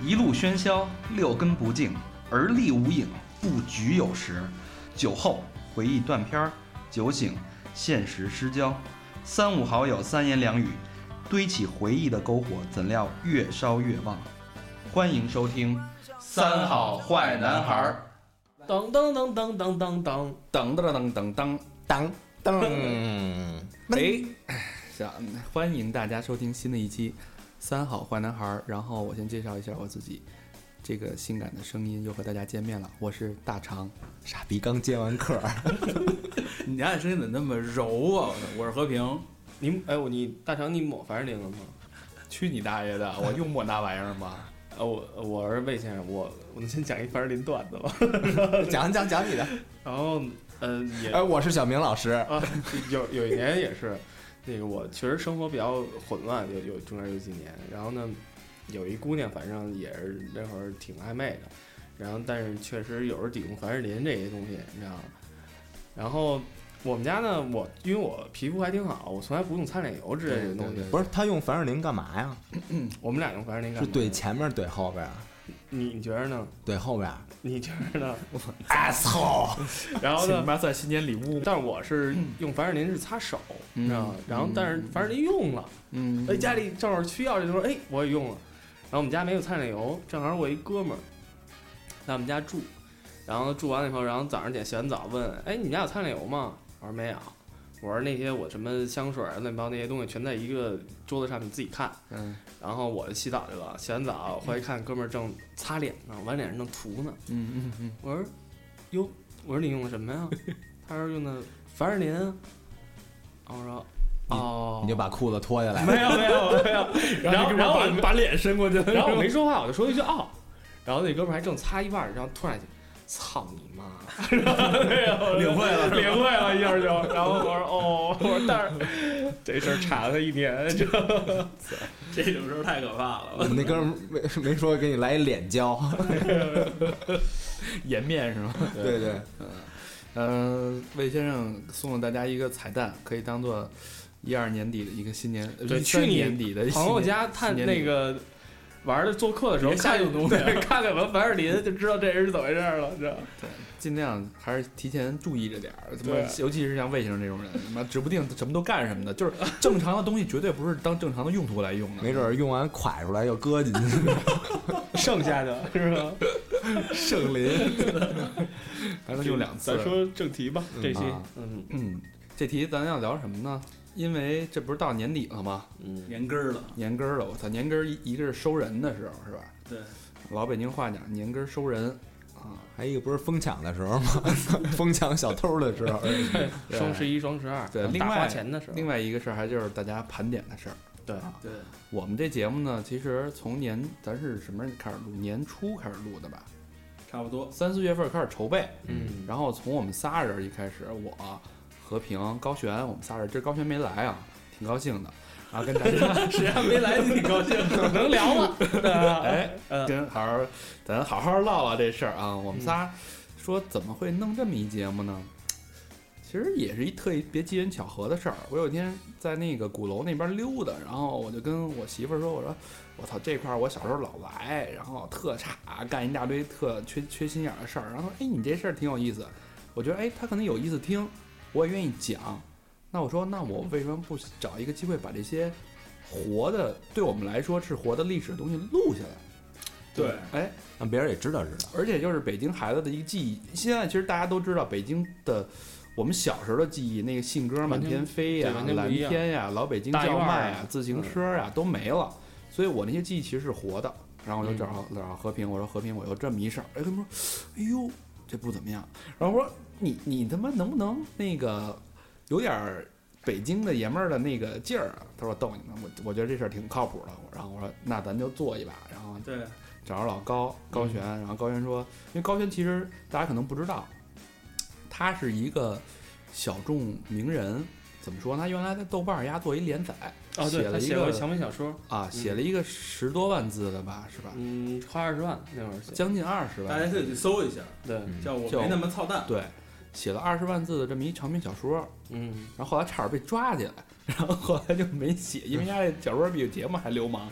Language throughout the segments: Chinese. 一路喧嚣，六根不净，而立无影，不局有时。酒后回忆断片儿，酒醒现实失焦。三五好友三言两语，堆起回忆的篝火，怎料越烧越旺。欢迎收听《三好坏男孩儿噔噔噔噔噔噔噔噔噔噔噔噔噔噔，嗯，哎，想 欢迎大家收听新的一期《三好坏男孩》。儿》。然后我先介绍一下我自己，这个性感的声音又和大家见面了，我是大肠。傻逼刚接完课，你家的声音怎么那么柔啊？我是和平。你哎我你大肠你抹凡士林了吗？去你大爷的！我用抹那玩意儿吗？ 呃我我是魏先生，我我能先讲一凡士林段子吧。讲讲讲你 的。然后呃也哎，我是小明老师，啊有有一年也是，那个我确实生活比较混乱，有有中间有几年，然后呢有一姑娘反正也是那会儿挺暧昧的，然后但是确实有时候抵触凡士林这些东西，你知道吗？然后我们家呢，我因为我皮肤还挺好，我从来不用擦脸油之类的东西。不是他用凡士林干嘛呀？我们俩用凡士林干是嘛？怼前面怼后边啊？你你觉得呢？怼后边啊你觉得呢？ ？asshole！然后这他呢？妈算新年礼物。但是我是用凡士林是擦手，嗯你知道吗？然后嗯但是凡士林用了，嗯哎，家里正好需要，就说哎我也用了。然后我们家没有擦脸油，正好我一哥们儿在我们家住，然后住完了以后，然后早上起来洗完澡问，哎你们家有擦脸油吗？我说没有。我说那些我什么香水啊乱七八糟那些东西全在一个桌子上，你自己看。嗯然后我就洗澡去了，洗完澡回来看哥们儿正擦脸呢，往脸上正涂呢。嗯嗯我说，哟，我说你用的什么呀？他说用的凡士林啊。我说，哦，你就把裤子 脱下来。没有没有没有，然后然后我把把脸伸过去，然后我没说话，我就说了一句哦，然后那哥们儿还正擦一半儿，然后突然就，操你 妈！领会了领会了一下就，然后我 说哦，我说但是这事儿查了他一年，这这种时候太可怕了，我们那哥们儿没没说给你来一脸胶，颜面是吗？ 对对，呃，魏先生送了大家一个彩蛋，可以当做一二年底的一个新年，对13去你年底的 朋友家探新年礼物那个玩儿的做客的时候，别瞎看用东西啊对， 看看完凡士林就知道这人是怎么回事儿了，知道吗？尽量还是提前注意着点儿，他妈对啊尤其是像魏先生这种人，他妈指不定什么都干什么的，就是正常的东西绝对不是当正常的用途来用的，没准儿用完蒯出来又搁进去。剩下 的是吧？ 圣林，还能用两次。咱说正题吧，这期嗯啊，嗯嗯，这题咱要聊什么呢？因为这不是到年底了吗？嗯，年根儿了。年根儿了，我操，年根儿一一个是收人的时候是吧？对，老北京话讲年根儿收人啊，还有一个不是疯抢的时候吗？ 疯抢小偷的时候， 对 双十一、双十二，嗯对然后另大花外钱的时候，另外一个事儿还就是大家盘点的事儿。啊对，对我们这节目呢，其实从年咱是什么时候开始录？年初开始录的吧，差不多。三四月份开始筹备， 嗯，然后从我们仨人一开始，我、和平、高璇，我们仨人，这高璇没来啊，挺高兴的，然后跟大家谁还没来就挺高兴。能聊吗？对啊 哎，嗯跟好好咱好好唠唠这事儿啊。我们仨说怎么会弄这么一节目呢？其实也是一特别机缘巧合的事儿。我有一天在那个鼓楼那边溜达，然后我就跟我媳妇儿说：“我说我操这块儿我小时候老来，然后特差，干一大堆特缺缺心眼儿的事儿。”然后说：“哎，你这事儿挺有意思，我觉得哎他可能有意思听，我也愿意讲。”那我说，那我为什么不找一个机会把这些活的，对我们来说是活的历史的东西录下来？对，哎，让别人也知道知道。而且就是北京孩子的一个记忆。现在其实大家都知道，北京的我们小时候的记忆，那个信鸽满天飞呀、对完全不蓝一样天呀、老北京大叫院卖儿呀啊、自行车呀、都没了。所以我那些记忆其实是活的。然嗯后我就找找和平，我说和平，我有这么一事儿。哎，他们说，哎呦，这不怎么样。然后我说，你你他妈能不能那个有点儿北京的爷们儿的那个劲儿啊？他说逗你呢，我我觉得这事儿挺靠谱的。然后我说那咱就做一把。然后对，嗯找着老高高璇，然后高璇说，因为高璇其实大家可能不知道，他是一个小众名人，怎么说呢？他原来在豆瓣儿丫做一连载，哦，对，写他了一写过个长篇小说，啊，嗯写了一个十多万字的吧，是吧？嗯，快二十万那会儿写，将近二十大家万可字，以去搜一下，对，叫我嗯叫没那么操蛋。对。写了二十万字的这么一长篇小说，嗯，然后后来差点被抓起来，然后后来就没写，因为人家这小说比节目还流氓。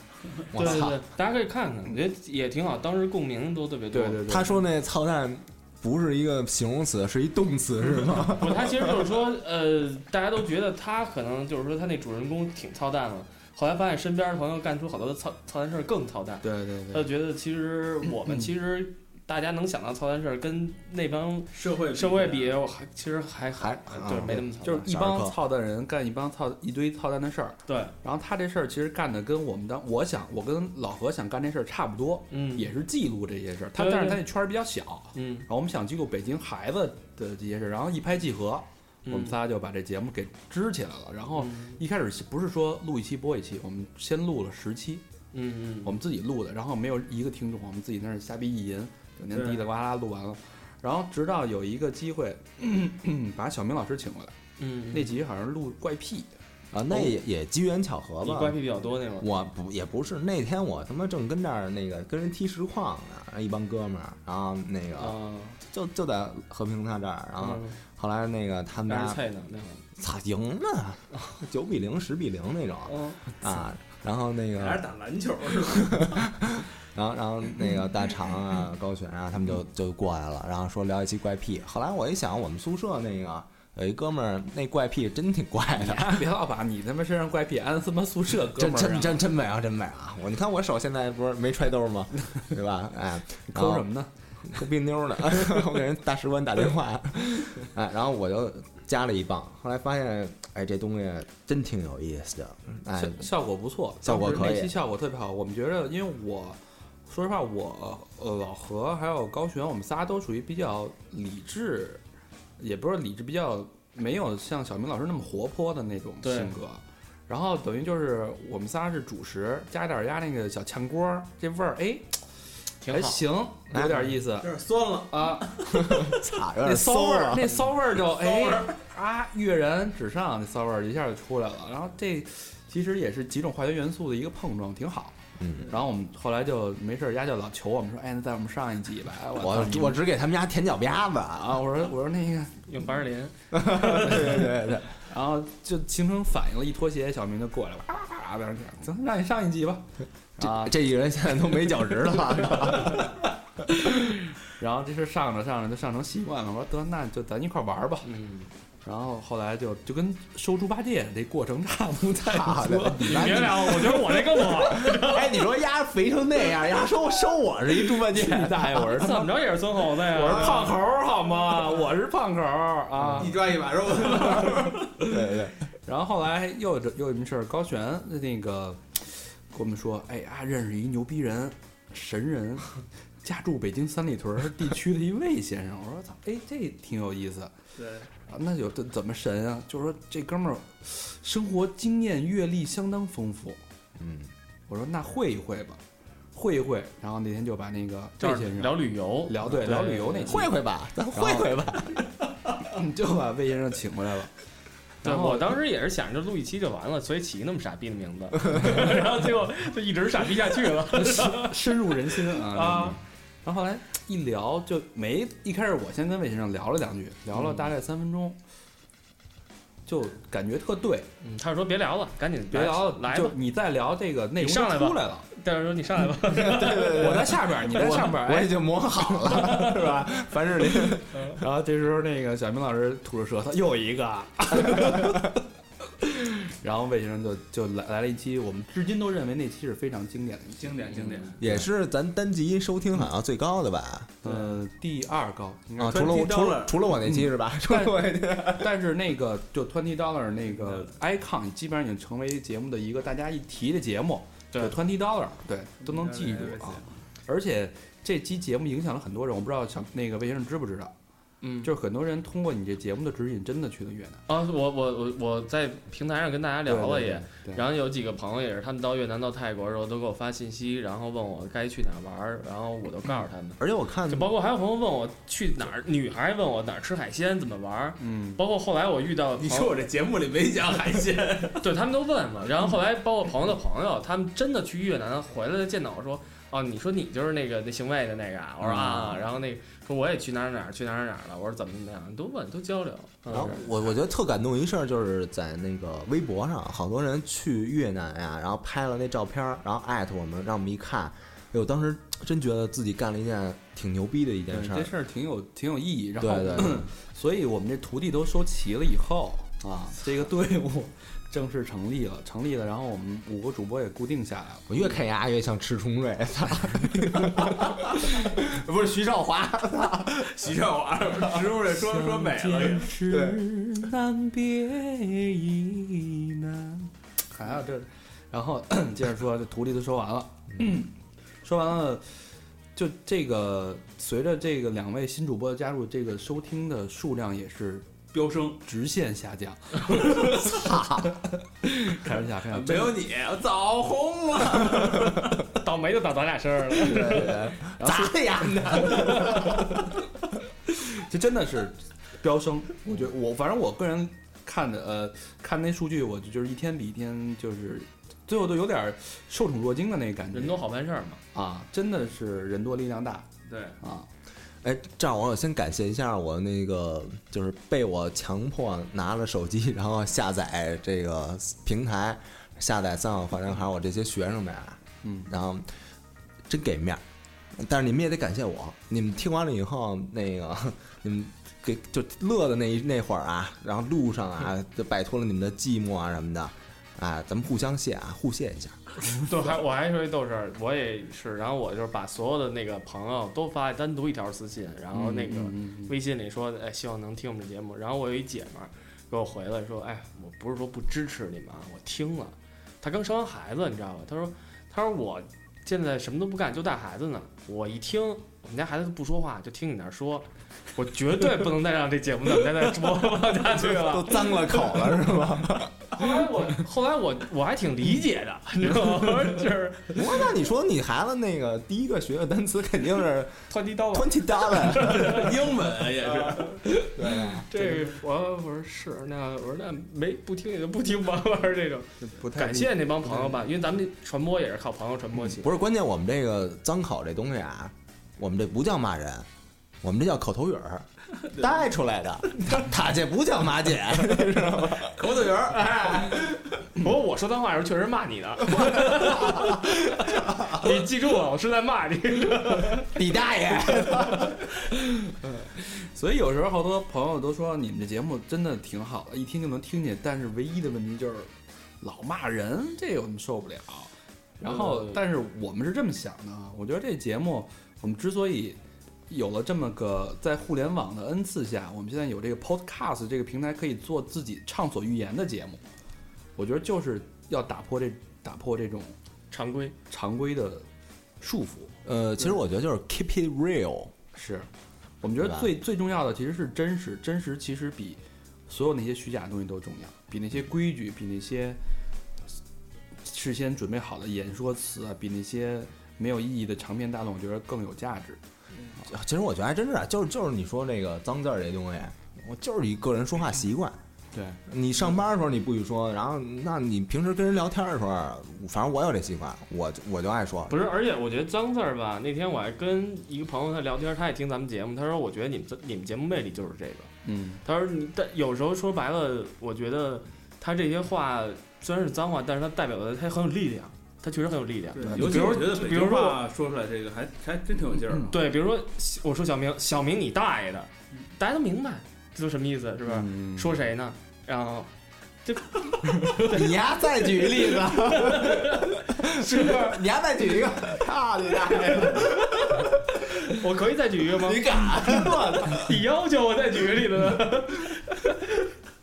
我对对操！对，大家可以看看，我觉得也挺好，当时共鸣都特别多。对他说那操蛋不是一个形容词，是一动词，是 吗？不，他其实就是说，呃，大家都觉得他可能就是说他那主人公挺操蛋的，后来发现身边的朋友干出好多操操蛋事儿更操蛋，对对他对就觉得其实我们其 实大家能想到操蛋事儿，跟那帮社会社会比，我还其实还还对啊没那么操蛋，就是一小时帮候操蛋人干一帮操一堆操蛋的事儿。对，然后他这事儿其实干的跟我们当我想我跟老何想干这事儿差不多，嗯也是记录这些事儿。他对对但是他那圈儿比较小，嗯然后我们想记录北京孩子的这些事儿，然后一拍即合，我们仨就把这节目给支起来了。然后嗯一开始不是说录一期播一期，我们先录了十期。嗯我们自己录的，然后没有一个听众，我们自己那儿瞎逼意淫，整天对滴里呱啦录完了。然后直到有一个机会，把小明老师请过来，嗯那集好像录怪癖，啊，那也也机缘巧合你吧。怪癖比较多那会儿，我不也不是，那天我他妈正跟这儿那个跟人踢实况呢，然后一帮哥们儿，然后那个、啊，就就在和平他这儿，然后嗯后来那个他们但家是菜呢那会操赢了，九比零、十比零那种儿，嗯啊，然后那个还是打篮球是吧？然后，然后那个大肠啊、高璇啊，他们就就过来了，然后说聊一期怪癖。后来我一想，我们宿舍那个有一哥们儿，那怪癖真挺怪你 的，丫别老把你他妈身上怪癖安他妈宿舍哥真们儿真啊，真真美啊，真美啊！我你看我手现在不是没揣兜吗？ 对吧？哎，你然后抠什么呢？抠冰妞呢， 我给人大使馆打电话，哎，然后我就加了一棒。后来发现，哎，这东西真挺有意思的，哎 效，效果不错，效果当时可以那期效果特别好。我们觉得，因为我说实话，我呃老何还有高璇，我们仨都属于比较理智，也不是理智，比较没有像小明老师那么活泼的那种对性格。然后等于就是我们仨是主食，加点儿压那个小炝锅儿，这味儿哎还挺好，行，哎有点意思有点酸了，啊。操，有那点骚馊味儿，了。那骚味儿就骚味哎啊跃然纸上，那骚味儿一下就出来了。然后这其实也是几种化学元素的一个碰撞，挺好。嗯，然后我们后来就没事儿，丫就老求我们说，哎，那在我们上一集吧。哎我操你我只给他们家舔脚丫子啊！啊，我说我说那个，用八十林，对对对对。然后就形成反应了，一脱鞋，小明就过来了，啪啪啪啪，咱让你上一集吧。啊 这，这艺人现在都没脚趾了吧？然后这事上着上着就上成习惯了，我说得那就咱一块儿玩儿吧。嗯，然后后来就就跟收猪八戒这过程差不太操多。的！你你别聊，我觉得我那更好玩。哎，你说鸭肥成那样，鸭说收我是一猪八戒，你 大爷，我是怎么着也是孙猴子呀？我是胖猴儿好吗？我是胖猴儿嗯啊。一抓一把肉， 对对对，然后后来又有又有一事儿，高璇的那个跟我们说，哎呀，认识一牛逼人，神人，家住北京三里屯儿地区的一魏先生。我说操，哎，这挺有意思。对，啊那有这怎么神啊？就是说这哥们儿生活经验阅历相当丰富。嗯，我说那会一会吧，会一会。然后那天就把那个就魏是先生聊旅游，聊对聊旅游那期，会会吧，咱会会吧。 就把魏先生请过来了。对，然后我当时也是想着录一期就完了，所 以起一那么傻逼的名字， 然后结果就一直傻逼下去了。深深入人心啊 啊然后后来一聊就没，一开始我先跟魏先生聊了两句，聊嗯了大概三分钟，就感觉特对，嗯，他说别聊了，赶紧别聊了，来就吧。你再聊这个内容你上来吧就出来 了，但是说你上来吧，我在下边儿，你在上边儿，我哎已经磨好 了，是吧？凡士林，嗯 然后这时候那个小明老师吐着舌头，又一个。 然后魏先生就就来来了一期，我们至今都认为那期是非常经典的一期，经典经典，也是咱单集收听好像最高的吧？呃，第二高啊，除了我， 20除了了除了我那期是吧？ 除了我那期，但是那个就 Twenty Dollar 那个 icon 基本上已经成为节目的一个大家一提的节目，对 Twenty Dollar 对都能记住 Dollar 啊。而且这期节目影响了很多人，我不知道小那个魏先生知不知道，嗯，就是很多人通过你这节目的指引，真的去了越南。啊，我我我我在平台上跟大家聊了也，对，对然后有几个朋友也是，他们到越南到泰国的时候都给我发信息，然后问我该去哪儿玩儿，然后我都告诉他们。而且我看就包括还有朋友问我去哪儿，女孩问我哪儿吃海鲜怎么玩儿，嗯，包括后来我遇到你朋说我这节目里没讲海鲜，对他们都问嘛，然后后来包括朋友的朋友，他们真的去越南回来见到我说，哦，你说你就是那个那行为的那个啊？我说啊，然后那个说我也去哪儿哪儿去哪儿哪儿了，我说怎么怎么样，都问都交流。嗯然后我我觉得特感动一事儿，就是在那个微博上，好多人去越南呀、然后拍了那照片儿，然后艾特我们，让我们一看，哎呦，当时真觉得自己干了一件挺牛逼的一件对事儿嗯这。事儿挺有挺有意义。然对后，对对， 所以我们这徒弟都收齐了以后，啊，这个队伍正式成立了，成立了，然后我们五个主播也固定下来了。我越看牙越像迟重瑞，操 不是徐少华，徐少华，植物里说说美了，是难别亦难。还有这，然后 接着说，这徒弟都说完了，嗯说完了，就这个随着这个两位新主播的加入，这个收听的数量也是飙升，直线下 降。 开玩笑，开玩笑，没有你我早红了。倒霉就倒咱俩身上了。对对对，然后咋的呀？这真的是飙 升。我觉得我反正我个人看的呃看那数据，我就就是一天比一天就是最后都有点受宠若惊的那个感觉。人多好办事儿嘛。啊，真的是人多力量大 对，啊！哎，这样我先感谢一下我那个，就是被我强迫拿了手机，然后下载这个平台，下载三好坏男孩，我这些学生们啊，嗯，然后真给面儿。但是你们也得感谢我，你们听完了以后，那个你们给就乐的那一那会儿啊，然后路上啊，就摆脱了你们的寂寞啊什么的，啊，咱们互相谢啊，互谢一下。对，还我还说一逗事儿，我也是，然后我就是把所有的那个朋友都发单独一条私信，然后那个嗯嗯嗯微信里说，哎，希望能听我们的节目。然后我有一姐们儿给我回了说，哎，我不是说不支持你们啊，我听了，她刚生完孩子，你知道吧？她说，她说我现在什么都不干，就带孩子呢。我一听我们家孩子都不说话，就听你那儿说，我绝对不能再让这节目在我们家再播放下去了。 都脏了口了是吧？后来我后来我我还挺理解的，你知道吗？ 就是 不过那你说你孩子那个第一个学的单词肯定是窜地刀 twenty dollar。哎英文也啊是，这个我我说是，那我说那没不听也就不听吧，玩这种。不太感谢那帮朋友吧，因为咱们这传播也是靠朋友传播起。不是，关键我们这个脏口这东西啊，我们这不叫骂人，我们这叫口头语儿，带出来的。他他这不叫骂姐， 口头语儿， 不过我说脏话的时候确实骂你 呢，你记住啊，我是在骂你。你大爷！所以有时候好多朋友都说你们这节目真的挺好的，一听就能听见，但是唯一的问题就是老骂人，这我们受不了。然后嗯，但是我们是这么想的啊，我觉得这节目我们之所以有了这么个在互联网的恩赐下，我们现在有这个 Podcast 这个平台可以做自己畅所欲言的节目，我觉得就是要打破这打破这种常规，常规的束缚。呃，其实我觉得就是 keep it real，是，我们觉对得吧最最重要的其实是真实，真实其实比所有那些虚假的东西都重要，比那些规矩，比那些事先准备好的演说词啊，比那些没有意义的长篇大论，我觉得更有价值。其实我觉得还真是啊，就是就是你说那个脏字儿这东西，我就是一个人说话习惯。对，你上班的时候你不许说，然后那你平时跟人聊天的时候，反正我有这习惯，我就我就爱说。不是，而且我觉得脏字儿吧，那天我还跟一个朋友他聊天，他也听咱们节目，他说我觉得你们这你们节目魅力就是这个。嗯，他说你，但有时候说白了，我觉得他这些话虽然是脏话，但是他代表的他很有力量，他确实很有力量。尤其比如我觉得北比如京说话说出来这个还还真挺有劲儿的。对，比如说我说小明，小明你大爷的，大家都明白这都什么意思，是不是？嗯说谁呢？然后你呀，再举 个例子， 是不是？ 你呀，再举一个， 操你大爷！我可以再举一个吗？ 你 敢吗？你要求我再举个例子呢？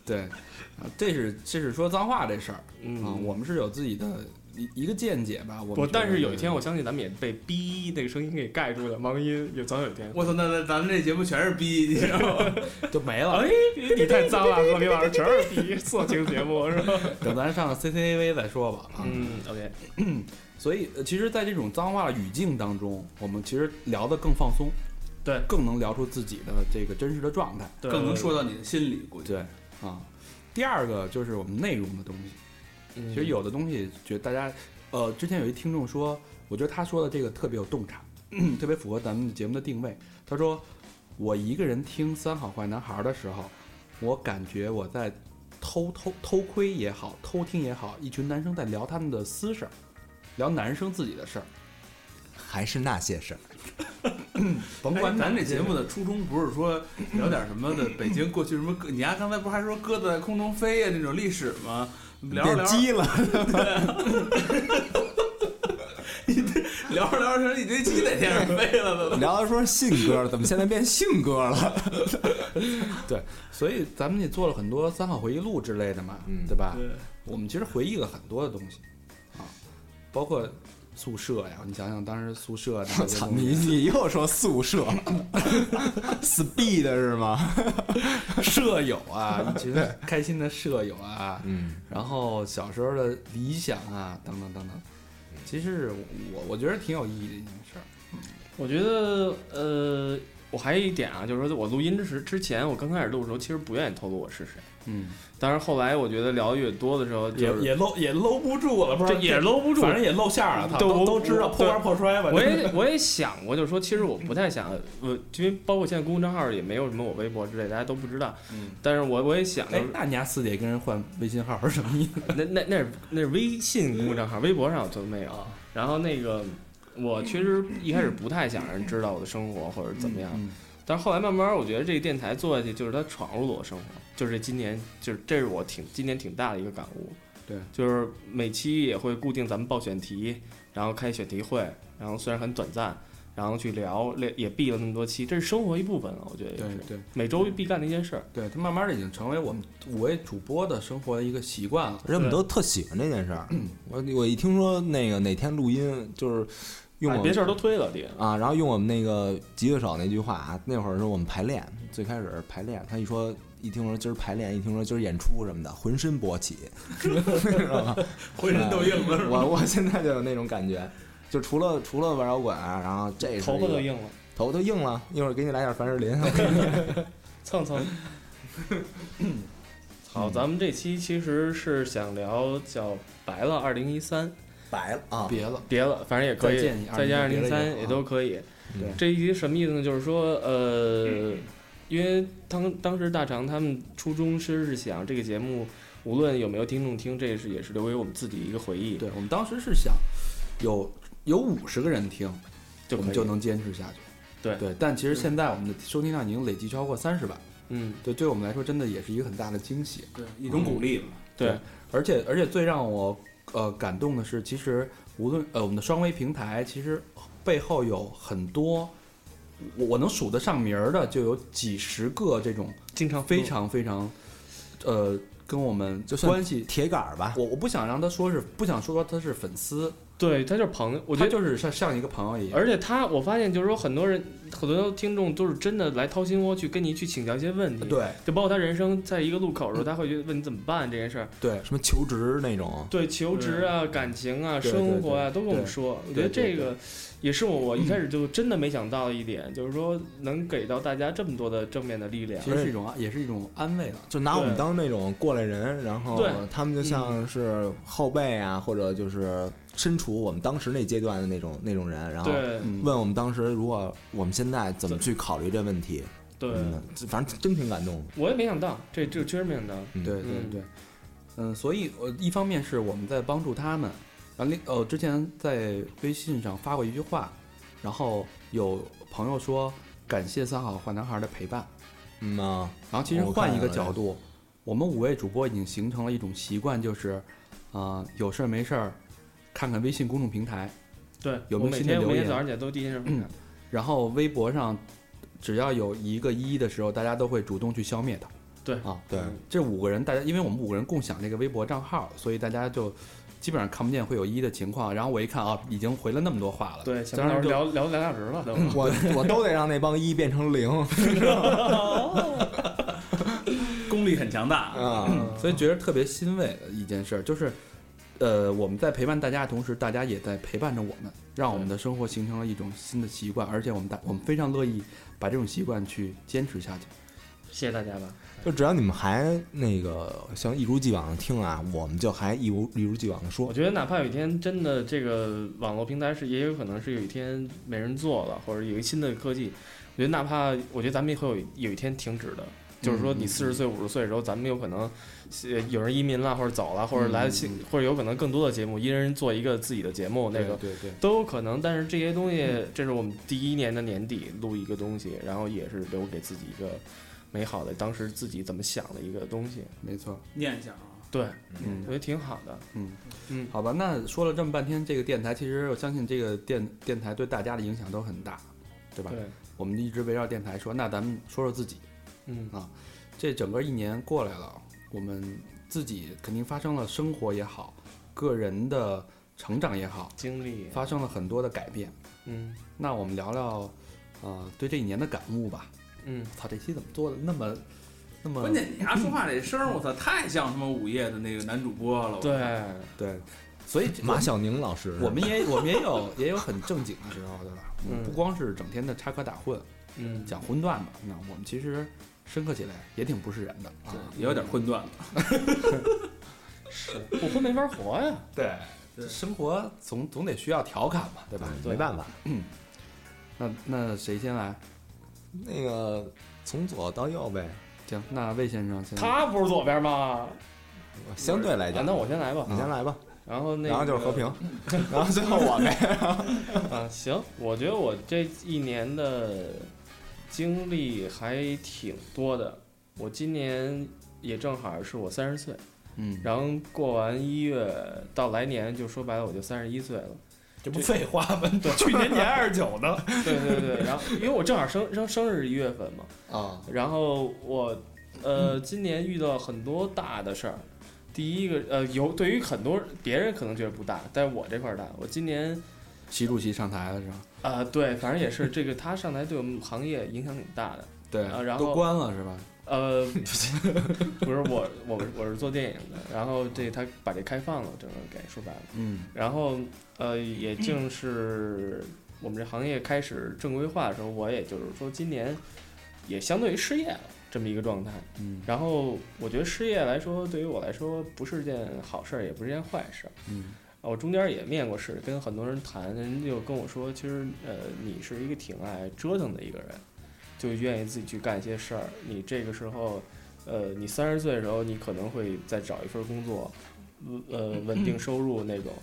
对，啊这是这是说脏话这事儿 嗯啊，我们是有自己的一一个见解吧。我我们但觉得是有一天，我相信咱们也被逼那个声音给盖住了，盲音有总有一天。我操，那那咱们这节目全是逼，你知道吗？ 就没了。哎，你太脏了，和李老师全是 逼色情节目是吧？等咱上 CCTV 再说吧。啊，嗯，OK，所以，呃其实，在这种脏话语境当中，我们其实聊得更放松，对，更能聊出自己的这个真实的状态，对更能说到你的心里，估计。对啊。第二个就是我们内容的东西，嗯其实有的东西，觉得大家呃，之前有一听众说，我觉得他说的这个特别有洞察， 特别符合咱们节目的定位。他说，我一个人听《三好坏男孩》的时候，我感觉我在偷偷偷窥也好，偷听也好，一群男生在聊他们的私事儿，聊男生自己的事儿， 还是那些事儿。甭哎管哪咱这些节人目的初衷不是说聊点什么的，北京过去什么鸽，你丫刚才不是还说鸽子在空中飞呀、那种历史吗？聊着聊变着鸡了，聊着聊着，一堆鸡在天上飞了都。聊到说信鸽，怎么现在变信鸽了？ 所以咱们也做了很多三好回忆录之类的嘛，嗯对吧？对我们其实回忆了很多的东西啊，包括宿舍呀，你想想当时宿舍那些东我西，操，你你又说宿舍 ，speed 是吗？ 舍友啊，一群开心的舍友啊，嗯，然后小时候的理想啊，等等等等，其实我我觉得挺有意义的一件事儿。我觉得呃，我还有一点啊，就是说我录音之时之前，我刚开始录的时候，其实不愿意透露我是谁。嗯，但是后来我觉得聊得越多的时候，就是 也搂也搂不住了，不这也搂不住。正也露馅了，操都都都知道破罐破摔吧我也我也想过，就是说，其实我不太想，我因为包括现在公众账号也没有什么我微博之类，大家都不知道。嗯，但是我我也想，就哎是，那你家四姐跟人换微信号是什么意思？ 那那那是那是微信公众账号，微博上我都没有。然后那个，我其实一开始不太想让人知道我的生活或者怎么样，嗯但是后来慢慢，我觉得这个电台做下去，就是它闯入了我生活，就是今年，就是这是我挺今年挺大的一个感悟。对，就是每期也会固定咱们报选题，然后开选题会，然后虽然很短暂，然后去聊，也也避了那么多期，这是生活一部分了，我觉得也对是对每周必干的一件事儿。对，它慢慢的已经成为我们五位主播的生活的一个习惯了。而且我们都特喜欢这件事儿。嗯我我一听说那个哪天录音，就是用哎我别们事儿都推了，弟。啊，然后用我们那个吉他手那句话啊，那会儿是我们排练，最开始排练，他一说一听说今儿排练，一听说今儿演出什么的，浑身勃起， 知道吗？浑身都硬了是吧？我我现在就有那种感觉，就除了除了玩摇滚啊，然后这是头发一个都，硬了，头发都硬了，一会儿给你来点凡士林，我给你蹭蹭。 好，咱们这期其实是想聊叫白了二零一三，白了啊，别了，别了，反正也可以再见你，再加二零别了也啊三好也都可以。对这一集什么意思呢？就是说，呃，因为当当时大肠他们初衷其实是想这个节目，无论有没有听众听，这是也是留给我们自己一个回忆，对我们当时是想有有五十个人听，就我可们以就能坚持下去。对对，但其实现在我们的收听量已经累计超过三十万，嗯，对，对我们来说真的也是一个很大的惊喜。对，一种鼓励嘛。对，而且而且最让我呃感动的是，其实无论呃我们的双微平台，其实背后有很多我我能数得上名儿的，就有几十个这种经常非常非常呃跟我们就算关系。铁杆儿吧，我我不想让他说是不想说他是粉丝，对，他就是朋友，我我觉得。就是像像一个朋友一样。而且他，我发现就是说，很多人、很多听众都是真的来掏心窝去跟你去请教一些问题，，对就包括他人生在一个路口的时候，他会觉得问你怎么办这件事儿，对，什么求职那种，对求职啊、感情啊、对生活啊，都跟我们对说。我觉对对得嗯这个也是我我一开始就真的没想到的一点，就是说能给到大家这么多的正面的力量。其实是一种也是一种安慰了。就拿我们对当那种过来人，然后对嗯他们就像是后辈啊，或者就是身处我们当时那阶段的那种那种人，然后对嗯，问我们当时如果我们现在怎么去考虑这问题，对，嗯，这反正真挺感动的，我也没想到，这这确实没想到。嗯对对嗯对，嗯，所以呃，一方面是我们在帮助他们，然后另呃，之前在微信上发过一句话，然后有朋友说感谢三好坏男孩的陪伴，嗯啊，然后其实我看换一个了哎角度，我们五位主播已经形成了一种习惯，就是啊、呃有事儿没事儿看看微信公众平台，对，有没我有每新的天留每天言早上起来都第 一件事儿看。然后微博上只要有一个一的时候，大家都会主动去消灭它。对啊，对，这五个人，大家因为我们五个人共享这个微博账号，所以大家就基本上看不见会有一的情况。然后我一看啊，已经回了那么多话了，对，想当到然就聊聊两小时 了都。 我我都得让那帮一变成零功力很强大。啊，嗯所以觉得特别欣慰的一件事儿就是，呃，我们在陪伴大家的同时，大家也在陪伴着我们，让我们的生活形成了一种新的习惯，而且我们大我们非常乐意把这种习惯去坚持下去。谢谢大家吧。就只要你们还那个像一如既往的听啊，我们就还一如一如既往的说我。觉得哪怕有一天真的这个网络平台是也有可能是有一天没人做了，或者有一个新的科技，我觉得哪怕我觉得咱们也会有有一天停止的，就是嗯说你四十岁五十岁的时候，咱们有可能呃有人移民啦，或者走了，或者来新，或者有可能更多的节目，一人做一个自己的节目，那个嗯对嗯对，都有可能。但是这些东西，这是我们第一年的年底录一个东西，然后也是留给自己一个美好的当时自己怎么想的一个东西，没错，念想啊，对，嗯嗯我觉得挺好的。好吧，那说了这么半天，这个电台其实我相信这个电电台对大家的影响都很大，对吧？对，我们一直围绕电台说，那咱们说说自己，嗯这整个一年过来了，我们自己肯定发生了生活也好，个人的成长也好，经历，发生了很多的改变。嗯那我们聊聊，呃，对这一年的感悟吧。嗯，操，这期怎么做的那么那么关键你丫说话这声儿，我操，太像他妈午夜的那个男主播了。我对，对？所以这马晓宁老师，我们也我们也有也有很正经的时候，对吧？嗯不光是整天的插科打诨、嗯，讲荤段子，那我们其实深刻起来也挺不是人的啊对。也有点混乱 了。不婚没法活呀。对，这生活总总得需要调侃嘛，对吧？对没办法，那那谁先来？那个从左到右呗，行，那魏先生嗯先。他不是左边吗？相对来啊，讲，那我先来吧。你先来吧，然后那个哎嗯然后就是和 平，然后最后我呗。啊，行，我觉得我这一年的经历还挺多的。我今年也正好是我三十岁，嗯，然后过完一月到来年，就说白了我就三十一岁 了。这不废话吗？ 去年年二十九呢。对对对，然后因为我正好生生生日一月份嘛，啊，然后我呃今年遇到很多大的事儿，第一个呃有对于很多别人可能觉得不大，但是我这块儿大。我今年习主席上台了是吧？啊、对，反正也是这个他上台对我们行业影响挺大的。对啊然后都关了是吧？呃，不是我我我是做电影的，然后这他把这开放了，整个给说白了。嗯然后呃，也正是我们这行业开始正规化的时候，我也就是说今年也相对于失业了这么一个状态。嗯然后我觉得失业来说，对于我来说不是件好事儿，也不是件坏事儿。嗯啊我中间也面过试，跟很多人谈，人家就跟我说，其实呃，你是一个挺爱折腾的一个人，就愿意自己去干一些事儿。你这个时候，呃，你三十岁的时候，你可能会再找一份工作，呃，稳定收入那种。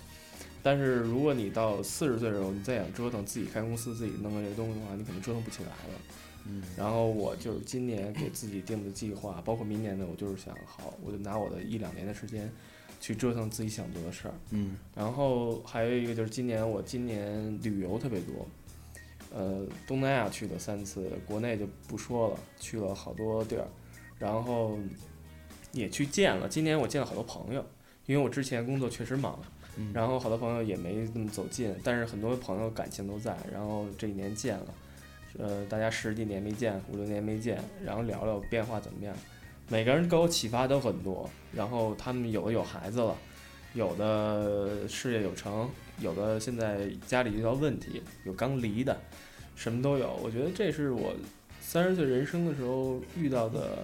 但是如果你到四十岁的时候，你再想折腾自己开公司、自己弄个这东西的话，你可能折腾不起来了。嗯然后我就是今年给自己定的计划，包括明年的，我就是想好，我就拿我的一两年的时间去折腾自己想做的事儿。嗯然后还有一个就是今年我今年旅游特别多，呃，东南亚去了三次，国内就不说了，去了好多地儿，然后也去见了。今年我见了好多朋友，因为我之前工作确实忙，嗯然后好多朋友也没那么走近，但是很多朋友感情都在，然后这一年见了，呃，大家十几年没见，五六年没见，然后聊聊变化怎么样，每个人给我启发都很多，然后他们有的有孩子了，有的事业有成，有的现在家里遇到问题，有刚离的，什么都有。我觉得这是我三十岁人生的时候遇到的，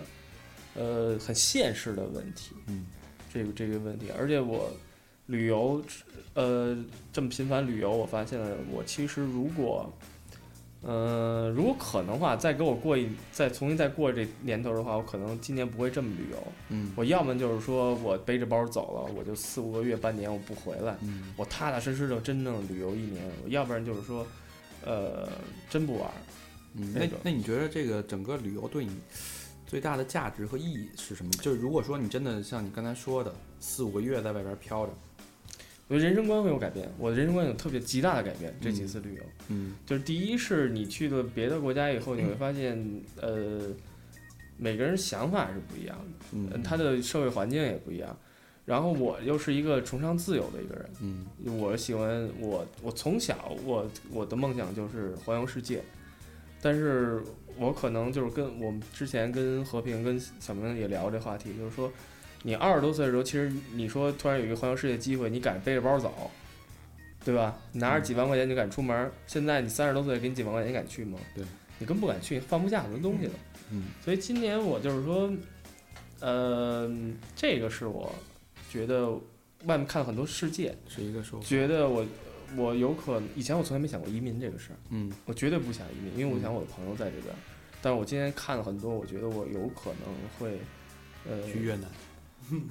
呃，很现实的问题。嗯，这个这个问题，而且我旅游，呃，这么频繁旅游，我发现了我其实如果，呃，如果可能的话，再给我过一再重新再过这年头的话，我可能今年不会这么旅游。嗯我要么就是说我背着包走了，我就四五个月、半年我不回来，嗯我踏踏实实的真正旅游一年；我要不然就是说，呃，真不玩儿。嗯，那那种那你觉得这个整个旅游对你最大的价值和意义是什么？就是如果说你真的像你刚才说的，四五个月在外边飘着，我的人生观会有改变，我的人生观有特别极大的改变。这几嗯次旅游，嗯就是第一是你去了别的国家以后，你会发现，呃，每个人想法是不一样的，呃嗯，他的社会环境也不一样。然后我又是一个崇尚自由的一个人，嗯我喜欢我我从小我我的梦想就是环游世界，但是我可能就是跟我们之前跟和平跟小明也聊这话题，就是说你二十多岁的时候，其实你说突然有一个环游世界机会，你敢背着包走，对吧？拿着几万块钱你就敢出门儿，现在你三十多岁给你几万块钱，你敢去吗？对。你根本不敢去，放不下很多东西了。嗯，所以今年我就是说，呃，这个是我觉得外面看了很多世界，嗯是一个收获。觉得我我有可以前我从来没想过移民这个事儿，嗯我绝对不想移民，因为我想我的朋友在这边。但是我今天看了很多，我觉得我有可能会，呃，去越南，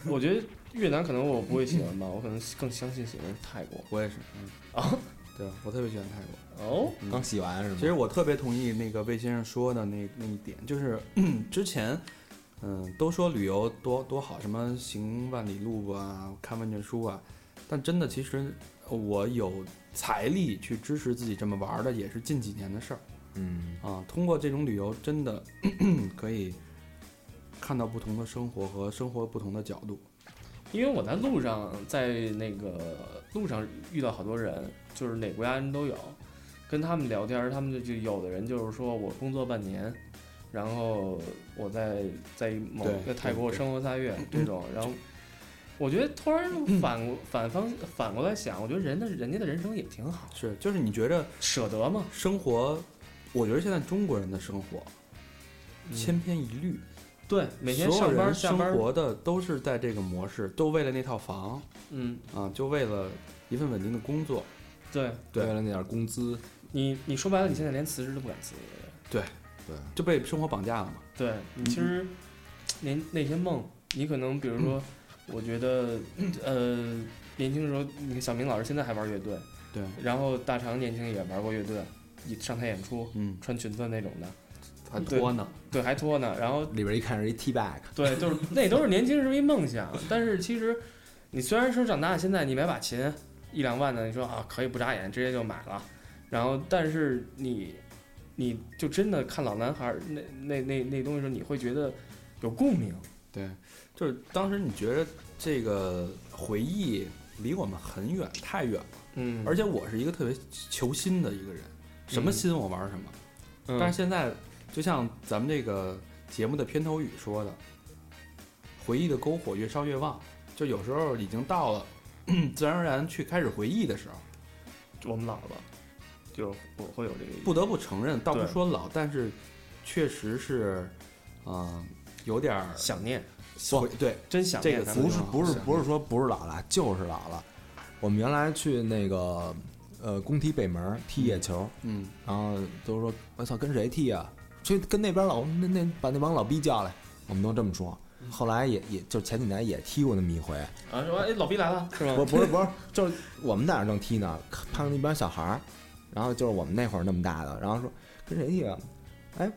我觉得越南可能我不会喜欢吧，我可能更相信喜欢泰国。我也是，嗯啊，对我特别喜欢泰国。哦，嗯刚洗完是吗？其实我特别同意那个魏先生说的那那一点，就是 嗯之前，嗯，都说旅游多多好，什么行万里路啊，看万卷书啊，但真的其实我有财力去支持自己这么玩儿的，也是近几年的事儿。嗯，啊，通过这种旅游，真的 可以看到不同的生活和生活不同的角度。因为我在路上，在那个路上遇到好多人，就是哪国家人都有，跟他们聊天儿，他们就就有的人就是说我工作半年，然后我在在某对在泰国对对生活仨 月这种，然后我觉得突然反过反方反过来想，我觉得人的人家的人生也挺好，是，就是你觉着舍得嘛，生活，我觉得现在中国人的生活嗯千篇一律，对，每天所有上班人下生班，活的都是在这个模式，都为了那套房嗯，啊，就为了一份稳定的工作。对对为了那点工资，你你说白了，你现在连辞职都不敢辞，就被生活绑架了嘛？对你其实那那些梦，你可能比如说，我觉得呃，年轻的时候，你看小明老师现在还玩乐队，对，然后大长年轻也玩过乐队，也上台演出，嗯，穿裙子那种的，还对拖呢，对，还脱呢，然后里边一看是一 T bag，对，就是那都是年轻时候一梦想，但是其实你虽然说长大，现在你买把琴一两万的，你说啊可以不眨眼直接就买了，然后但是你你就真的看老男孩儿那那那那东西的时候，你会觉得有共鸣。对，就是当时你觉得这个回忆离我们很远，太远了。嗯，而且我是一个特别求新的一个人，什么新我玩什么。嗯但是现在，就像咱们这个节目的片头语说的，回忆的篝火越烧越旺，就有时候已经到了 自然而然去开始回忆的时候。我们老了吧，就是我会有这个不得不承认，倒不对说老，但是确实是，嗯、有点儿想念，回对真想这念个咱们。不是咱们不是啊是不是说不是老了，就是老了。我们原来去那个呃工体北门儿踢野球，嗯然后都说我操跟谁踢啊？去跟那边老那那把那帮老逼叫来，我们都这么说。后来也也就前几年也踢过那么一回，啊，说哎老毕来了是嗯吗？不不是不是，就是我们在那儿正踢呢，看着一帮小孩儿，然后就是我们那会儿那么大的，然后说跟谁踢啊？哎，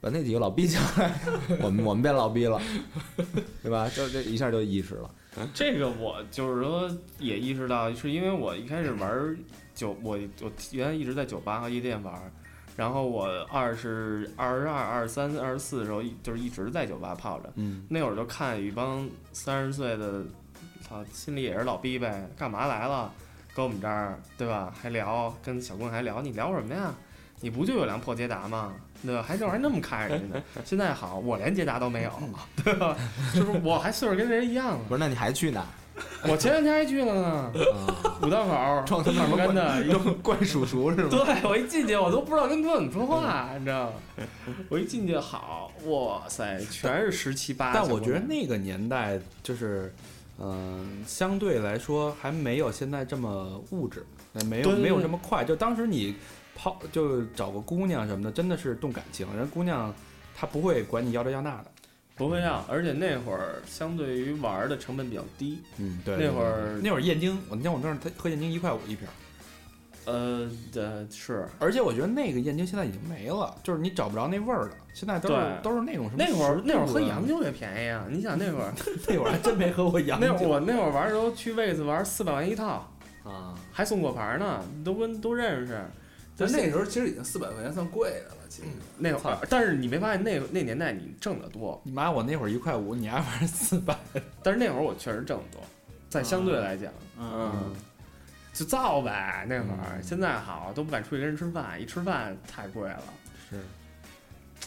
把那几个老逼叫来，我们我 们变老逼了，对吧？就这一下就意识了，这个我就是说也意识到，是因为我一开始玩酒，我我原来一直在酒吧和夜店玩，然后我二十二十二、二十三、二十四的时候，一就是一直在酒吧泡着。嗯，那会儿就看一帮三十岁的，操，心里也是老逼呗，干嘛来了？搁我们这儿，对吧？还聊，跟小姑娘还聊，你聊什么呀？你不就有辆破捷达吗？对吧？还那会儿还那么看人家呢。 现在好，我连捷达都没有，对吧？ 就是我还岁数跟人一样不是？了。那你还去哪？我前两天还去了呢，啊，五道口撞他妈二不干怪的，一怪叔叔是吗？对我一进去我都不知道跟哥怎么说话，你知道吗？我一进去好，哇塞，全是十七八。但我觉得那个年代就是。嗯、相对来说还没有现在这么物质，呃没有对对没有对这么快。就当时你泡就找个姑娘什么的，真的是动感情，人姑娘她不会管你要这要那的。不会要，而且那会儿相对于玩儿的成本比较低，嗯，对那会儿那会儿燕京，我你像我那儿他喝燕京一块五一瓶儿，呃呃是而且我觉得那个燕京现在已经没了，就是你找不着那味儿了。现在都是对都是那种什么那会儿10那会儿喝度的洋，酒也便宜啊！你想那会儿那会儿还真没喝过洋酒。那会儿我那会儿玩儿的时候去位子玩四百万一套，啊，还送果盘呢，都跟都认识。但那那时候其实已经四百块钱算贵的了，其实那会儿，但是你没发现那那年代你挣得多，你妈我那会儿一块五，你还玩四百，但是那会儿我确实挣得多，在相对来讲，嗯嗯，就造呗。那会儿嗯现在好都不敢出去跟人吃饭，一吃饭太贵了。是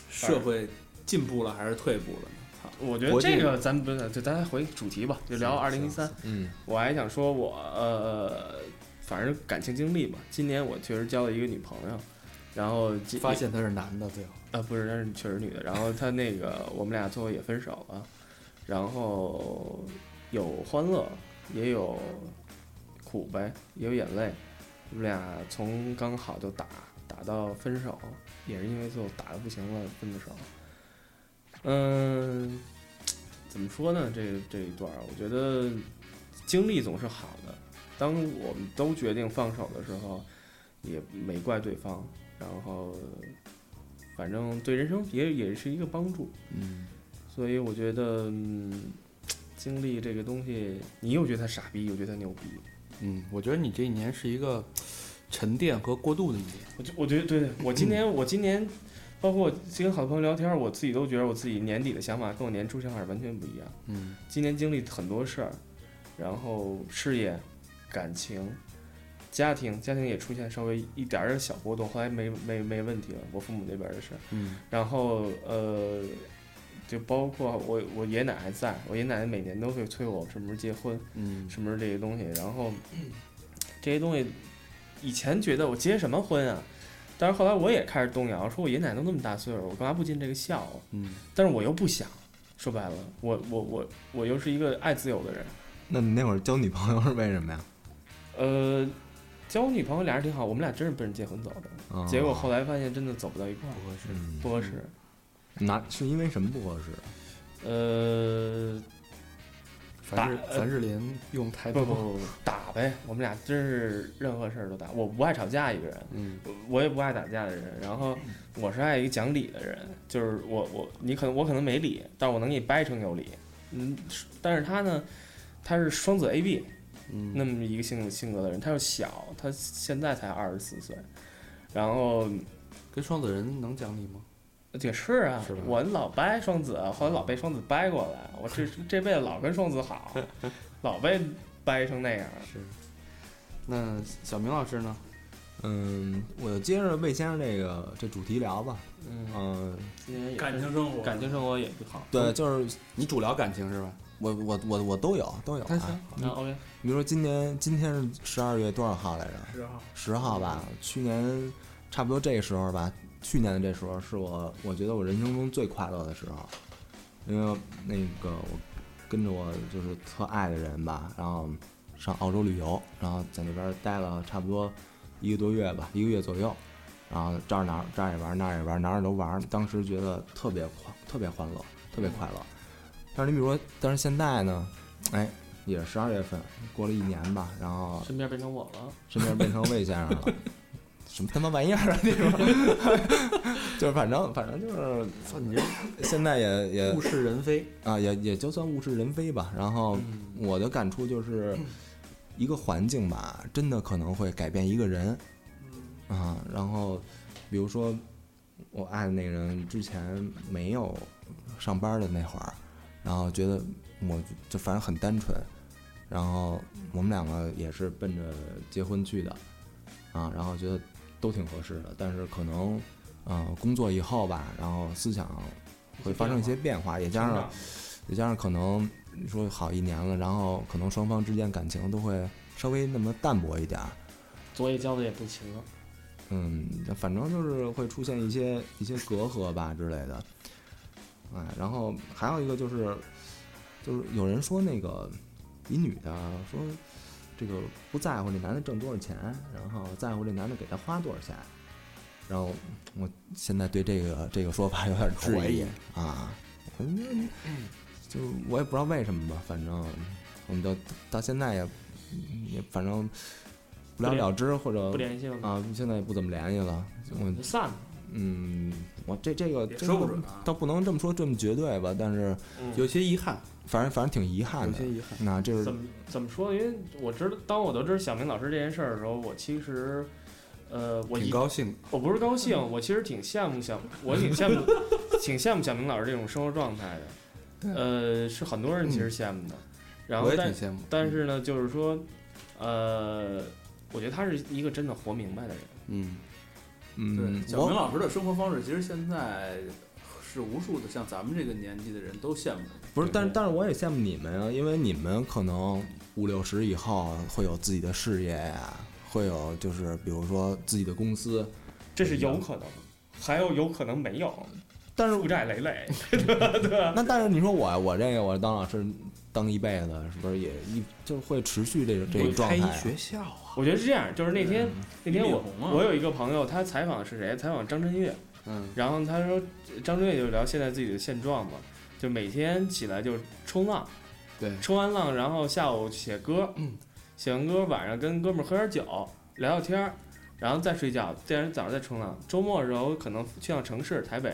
社会进步了还是退步了呢？操我觉得国际这个咱们不是，就咱回主题吧，就聊二零一三。嗯，我还想说我，呃，反正感情经历吧。今年我确实交了一个女朋友，然后这发现他是男的，最后啊，不是，她是确实女的。然后她那个，我们俩最后也分手了。然后有欢乐，也有苦呗，也有眼泪。我们俩从刚好就打打到分手，也是因为最后打的不行了分的手。嗯，怎么说呢？这这一段儿，我觉得经历总是好的。当我们都决定放手的时候，也没怪对方，然后反正对人生也也是一个帮助。嗯，所以我觉得，嗯，经历这个东西，你又觉得他傻逼，又觉得他牛逼。嗯，我觉得你这一年是一个沉淀和过渡的一年。我就我觉得，对对，我今年我今年，包括跟好朋友聊天，我自己都觉得我自己年底的想法跟我年初想法完全不一样。嗯，今年经历很多事儿，然后事业、感情、家庭，家庭也出现稍微一点儿小波动，后来没没没问题了，我父母那边的事儿。嗯，然后呃，就包括我我爷爷奶奶还在，我爷爷奶奶每年都会催我什么时候结婚，嗯，什么是这些东西，然后这些东西以前觉得我结什么婚啊，但是后来我也开始动摇，说我爷爷奶奶都那么大岁数，我干嘛不进这个孝啊？嗯，但是我又不想，说白了，我我我我又是一个爱自由的人，那你那会儿交女朋友是为什么呀？呃，交女朋友俩人挺好，我们俩真是奔着结婚走的，啊结果后来发现真的走不到一块儿，合适嗯不合适。哪是因为什么不合适？呃，哎凡士凡士林用太不多呃不不不，打呗，我们俩真是任何事儿都打，我不爱吵架一个人。嗯我也不爱打架的人，然后我是爱一个讲理的人，就是我我你可能我可能没理，但是我能给你掰成有理，嗯，是但是他呢，他是双子 A B 嗯，那么一个性性格的人，他又小，他现在才二十四岁，然后跟双子人能讲理吗？也是啊，是吧我老掰双子，后来老被双子掰过来，我这这辈子老跟双子好，老被掰成那样，是。那小明老师呢？嗯，我就接着魏先生这个这主题聊吧。嗯，嗯，今年也感情生活，感情生活也不好，对，就是你主聊感情是吧？我我我我都有都有、他啊行。那 OK，比如说今年今天是十二月多少号来着？是啊，十号吧，去年差不多这个时候吧，去年的这时候是我我觉得我人生中最快乐的时候，因为那个我跟着我就是特爱的人吧，然后上澳洲旅游，然后在那边待了差不多一个多月吧，一个月左右，然后这儿哪儿这儿也玩，那儿也玩，哪儿都玩，当时觉得特别欢特别欢乐，特别快乐。但是你比如说，但是现在呢，哎，也是十二月份，过了一年吧，然后身边变成我了，身边变成魏先生了，什么他妈玩意儿啊！这种， 就是反正反正就是操你这现在也也物是人 非。啊也也就算物是人非吧。然后嗯我的感触就是，一个环境吧，真的可能会改变一个人嗯啊。然后比如说我爱的那个人之前没有上班的那会儿，然后觉得我就反正很单纯，然后我们两个也是奔着结婚去的，啊，然后觉得都挺合适的，但是可能，呃，工作以后吧，然后思想会发生一些变化，也加成上长也加上可能你说好一年了，然后可能双方之间感情都会稍微那么淡薄一点儿，作业交的也不勤了。嗯，反正就是会出现一些一些隔阂吧之类的，哎，然后还有一个就是，就是有人说那个一女的说这个不在乎这男的挣多少钱，然后在乎这男的给她花多少钱，然后我现在对这个这个说法有点质怀疑疑啊，反正嗯就我也不知道为什么吧，反正我们就到现在也也反正不了不联了之或者不联系了吗？啊，现在也不怎么联系了。我就散了。嗯，我这这个也真说不的准啊倒不能这么说这么绝对吧，但是有些遗憾，反正反正挺遗憾有的些。遗憾。那这是怎么怎么说？因为我知道，当我得知小明老师这件事儿的时候，我其实，呃，我挺一高兴的，我不是高兴，我其实挺羡慕小，我挺 羡慕，挺羡慕小明老师这种生活状态的。呃，是很多人其实羡慕的。然后嗯我也挺但羡慕。但是呢，就是说，呃，我觉得他是一个真的活明白的人。嗯，嗯对，，小明我老师的生活方式，其实现在是无数的像咱们这个年纪的人都羡慕的。不是，但是对但是我也羡慕你们啊，因为你们可能五六十以后会有自己的事业呀、会有就是比如说自己的公司，这是有可能，还有有可能没有，但是负债累累。那但是你说我我这个我当老师当一辈子，是不是也一就会持续这个这个状开一态啊？学校啊，我觉得是这样，就是那天那天我脸红啊我有一个朋友，他采访的是谁？采访张震岳。嗯，然后他说，张震岳就聊现在自己的现状嘛，就每天起来就冲浪，对冲完浪然后下午写歌，写完歌晚上跟哥们儿喝点酒聊聊天儿，然后再睡觉，第二天早上再冲浪。周末的时候可能去趟城市，台北，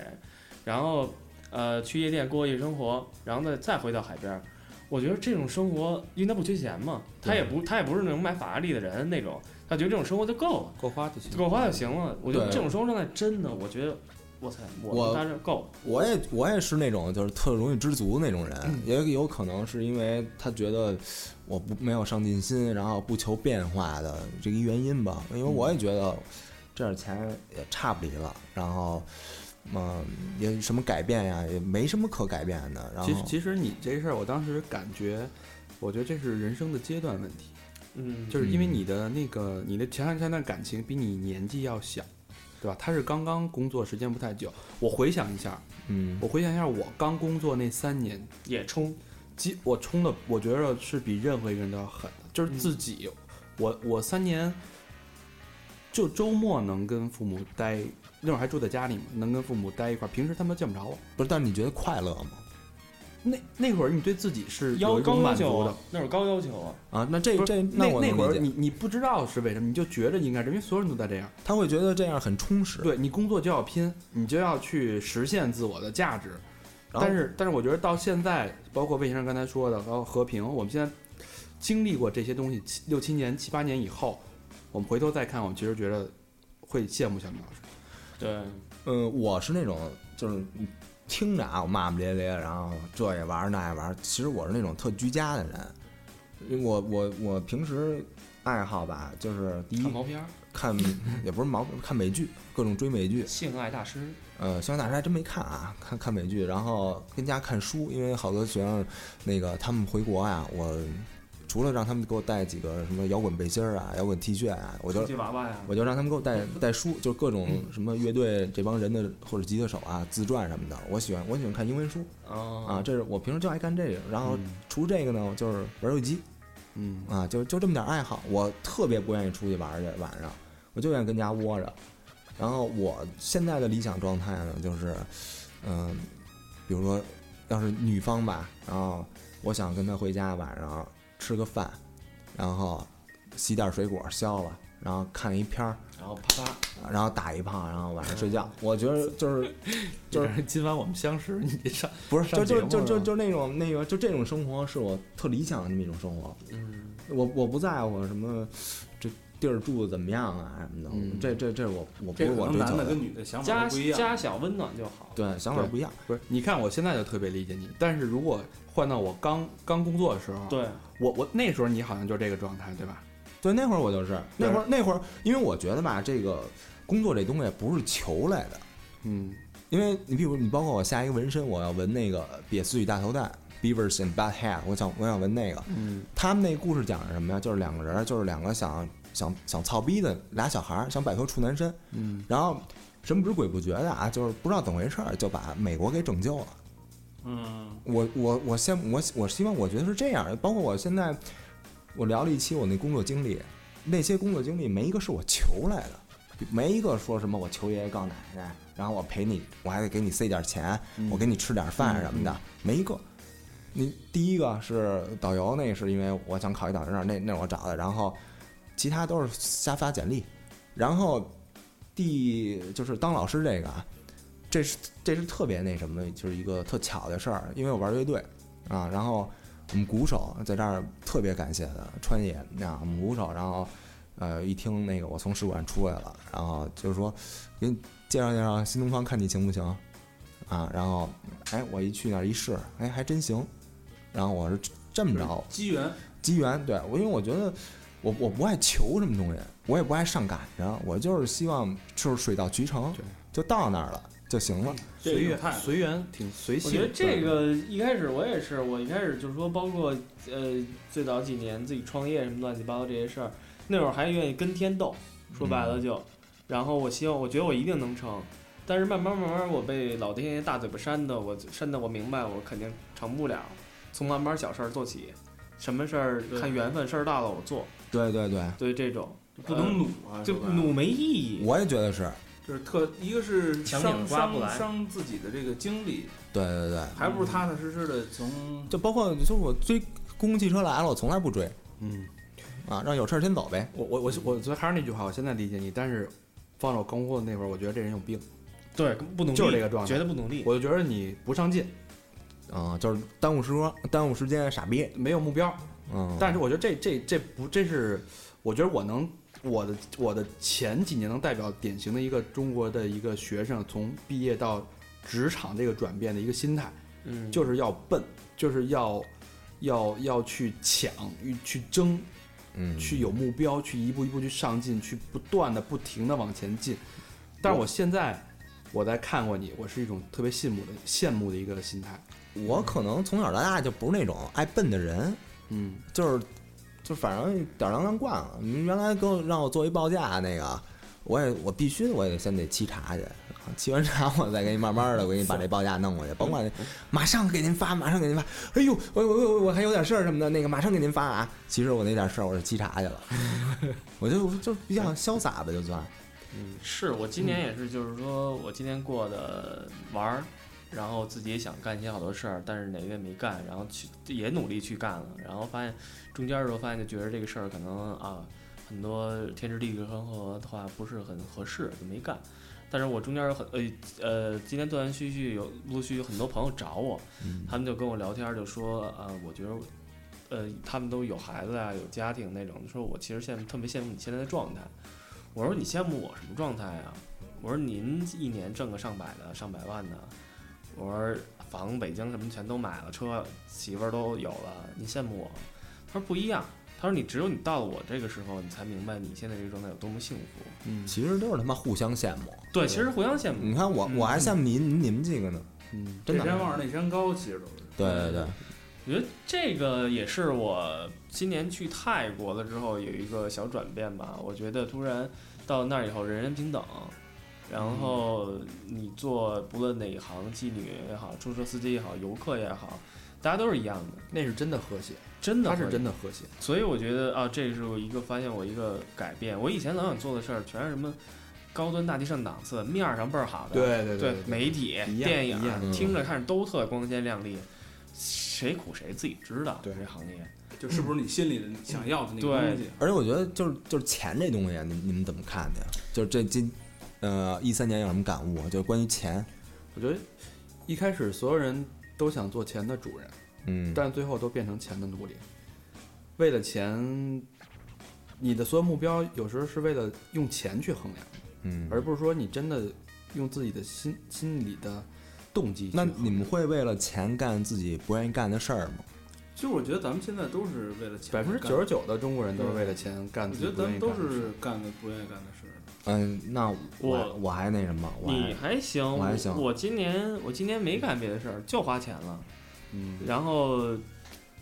然后呃去夜店过夜生活，然后再再回到海边儿。我觉得这种生活，因为他不缺钱嘛，他也不他也不是那种买法拉利的人那种，他觉得这种生活就够了。够花就行。够花就行了。我觉得对这种生活状态真的，我觉得，我操，我我当时够了。我也我也是那种就是特容易知足那种人，嗯也有可能是因为他觉得我不没有上进心，然后不求变化的这个原因吧。因为我也觉得这点钱也差不离了，然后嗯也什么改变呀也没什么可改变的。然后其实其实你这事儿，我当时感觉，我觉得这是人生的阶段问题，嗯，就是因为你的那个你的前前段感情比你年纪要小，对吧？他是刚刚工作时间不太久，我回想一下，嗯我回想一下我刚工作那三年，也冲，基我冲的，我觉得是比任何一个人都要狠的，就是嗯自己，我我三年，就周末能跟父母待，那会儿还住在家里嘛，能跟父母待一块儿，平时他们都见不着我。不是，但是你觉得快乐吗？那那会儿你对自己是有要一高种要满求足啊的，，那会儿高要求啊。啊，那这不这是那我那能会儿理解你你不知道是为什么，你就觉着应该这样，因为所有人都在这样。他会觉得这样很充实。对你工作就要拼，你就要去实现自我的价值。然后但是，但是我觉得到现在，包括魏先生刚才说的，还有和平，我们现在经历过这些东西，七六七年、七八年以后，我们回头再看，我们其实觉得会羡慕小明老师。对，嗯，我是那种就是你听着啊，我骂骂咧咧，然后这也玩儿那也玩儿。其实我是那种特居家的人，因为我我我平时爱好吧，就是第一看毛片儿，看也不是毛看美剧，各种追美剧。性爱大师，呃，小大师还真没看啊，看看美剧，然后跟家看书，因为好多学生那个他们回国呀、我除了让他们给我带几个什么摇滚背心儿啊、摇滚 T 恤啊，我就充气娃娃呀，我就让他们给我带带书，就是各种什么乐队这帮人的或者吉他手啊、自传什么的。我喜欢我喜欢看英文书啊，啊，这是我平时就爱干这个。然后除这个呢，就是玩游戏机嗯，啊，就就这么点爱好。我特别不愿意出去玩儿去，晚上我就愿意跟家窝着。然后我现在的理想状态呢，就是嗯、比如说要是女方吧，然后我想跟她回家晚上吃个饭，然后洗点水果削了，然后看一片儿。然后啪啪，然后打一炮，然后晚上睡觉。我觉得就是 就是是今晚我们相识，你这上不是就上就节就目就了就那种那个就这种生活是我特理想的那么一种生活。嗯，我我不在乎什么这地儿住的怎么样啊什么的，嗯这这这我我不这是可我能追男求的的跟。女的想法家都不一样。家小温暖就好。对，想法对不一样。不是？你看我现在就特别理解你，但是如果换到我刚刚工作的时候，对，我我那时候你好像就这个状态，对吧？对，那会儿我就是那会儿那会儿，因为我觉得吧，这个工作这东西不是求来的，嗯，因为你比如你包括我下一个纹身，我要纹那个瘪丝与大头蛋 （Beavers and Butthead），我想我想纹那个。嗯，他们那故事讲的是什么呀？就是两个人，就是两个想想想操逼的俩小孩儿，想摆脱处男身，嗯，然后神不知鬼不觉的啊，就是不知道怎么回事儿，就把美国给拯救了。嗯，我我我羡慕我我希望我觉得是这样，包括我现在我聊了一期我那工作经历，那些工作经历没一个是我求来的，没一个说什么我求爷爷告奶奶，然后我陪你，我还得给你塞点钱，嗯我给你吃点饭什么的，没一个。你第一个是导游，那是因为我想考一导游证，那那我找的，然后其他都是瞎发简历，然后第就是当老师这个啊，这是这是特别那什么，就是一个特巧的事儿，因为我玩乐队啊，然后我们鼓手在这儿特别感谢的川野啊，我们鼓手，然后呃一听那个我从使馆出来了，然后就是说给你介绍介绍新东方，看你行不行啊，然后哎我一去那儿一试，哎还真行，然后我是这么着机缘机缘，对我因为我觉得。我我不爱求什么东西，我也不爱上赶着，我就是希望就是水到渠成对，就到那儿了就行了。这随个缘太随缘挺随性。我觉得这对个一开始我也是，我一开始就是说，包括呃最早嗯几年自己创业什么乱七八糟这些事儿，那会儿还愿意跟天斗，说白了就，然后我希望，我觉得我一定能成。但是慢慢慢慢，我被老天爷大嘴巴扇的，我扇的我明白，我肯定成不了。从慢慢小事儿做起，什么事儿对看缘分，事儿大了我做。对对对，对这种呃不嗯能努啊，就是吧努没意义。我也觉得是，就是特一个是强伤扭瓜不伤来伤自己的这个经历，对对对，还不如踏踏实实的从就包括就是我追公共汽车来了，我从来不追嗯，啊，让有事儿先走呗。我我我我觉得还是那句话，我现在理解你，但是放到工作那会儿，我觉得这人有病，对，不努力就是这个状态绝对不努力。我就觉得你不上进，啊，就是耽误时光，耽误时间，傻逼。没有目标。嗯，但是我觉得这这这不这是，我觉得我能我的我的前几年能代表典型的一个中国的一个学生从毕业到职场这个转变的一个心态，嗯，就是要笨，就是要要要去抢，去争，嗯，去有目标，去一步一步去上进，去不断的不停的往前进。但是我现在我在看过你，我是一种特别羡慕的羡慕的一个心态，我可能从小到大就不是那种爱笨的人，嗯，就是就反正吊儿郎当惯了。你原来跟我让我做一报价啊那个，我也我必须我也先得沏茶去，沏完茶我再给你慢慢的，我给你把这报价弄过去，甭管马上给您发，马上给您发。哎呦，我我我我还有点事儿什么的，那个马上给您发啊。其实我那点事儿我是沏茶去了，我就就比较潇洒吧，就算。是我今年也是，就是说我今年过的玩儿，然后自己也想干一些好多事儿，但是哪个也没干，然后去也努力去干了，然后发现中间的时候发现就觉得这个事儿可能啊很多天时地利人和的话不是很合适，就没干。但是我中间有很呃呃，今天断断续续有陆续有很多朋友找我，他们就跟我聊天儿，就说呃，我觉得呃他们都有孩子啊，有家庭那种，说我其实现在特别羡慕你现在的状态。我说你羡慕我什么状态啊？我说您一年挣个上百的、上百万的，我说房、北京什么全都买了，车、媳妇儿都有了，您羡慕我？他说不一样，他说你只有你到了我这个时候，你才明白你现在这个状态有多么幸福。嗯其实都是他妈互相羡慕。对，其实互相羡慕。你看我我还羡慕你你们几个呢，嗯，真这山的。望着那山高，其实都是。对对对，我觉得这个也是我今年去泰国了之后有一个小转变吧。我觉得突然到那儿以后，人人平等，然嗯后你做不论哪一行，妓女也好，出租车司机也好，游客也好，大家都是一样的，那是真的和谐，真的他会。是真的和谐。所以我觉得啊，这是我一个发现我一个改变。我以前老想做的事儿，全是什么高端大气上档次，面儿上倍儿好的，对对对对，媒体一、样电一样影，嗯听着看着都特光鲜亮丽，谁苦谁自己知道。对这行业，就是不是你心里的想要的那个对东西？而且我觉得就是就是钱这东西啊，你你们怎么看的呀？就是这今呃一三年有什么感悟啊？就是关于钱，我觉得一开始所有人都想做钱的主人，嗯，但最后都变成钱的奴隶。为了钱，你的所有目标有时候是为了用钱去衡量，嗯，而不是说你真的用自己的心心里的动机去那衡量。你们会为了钱干自己不愿意干的事儿吗？其实我觉得咱们现在都是为了钱百干，分之九十九的中国人都是对为了钱干我自觉得己不咱愿们意都干的事是干的不愿意干的事儿。嗯，那我我我还那什么，我你还还行，我还行我今年我今年没干别的事儿，就花钱了，嗯，然后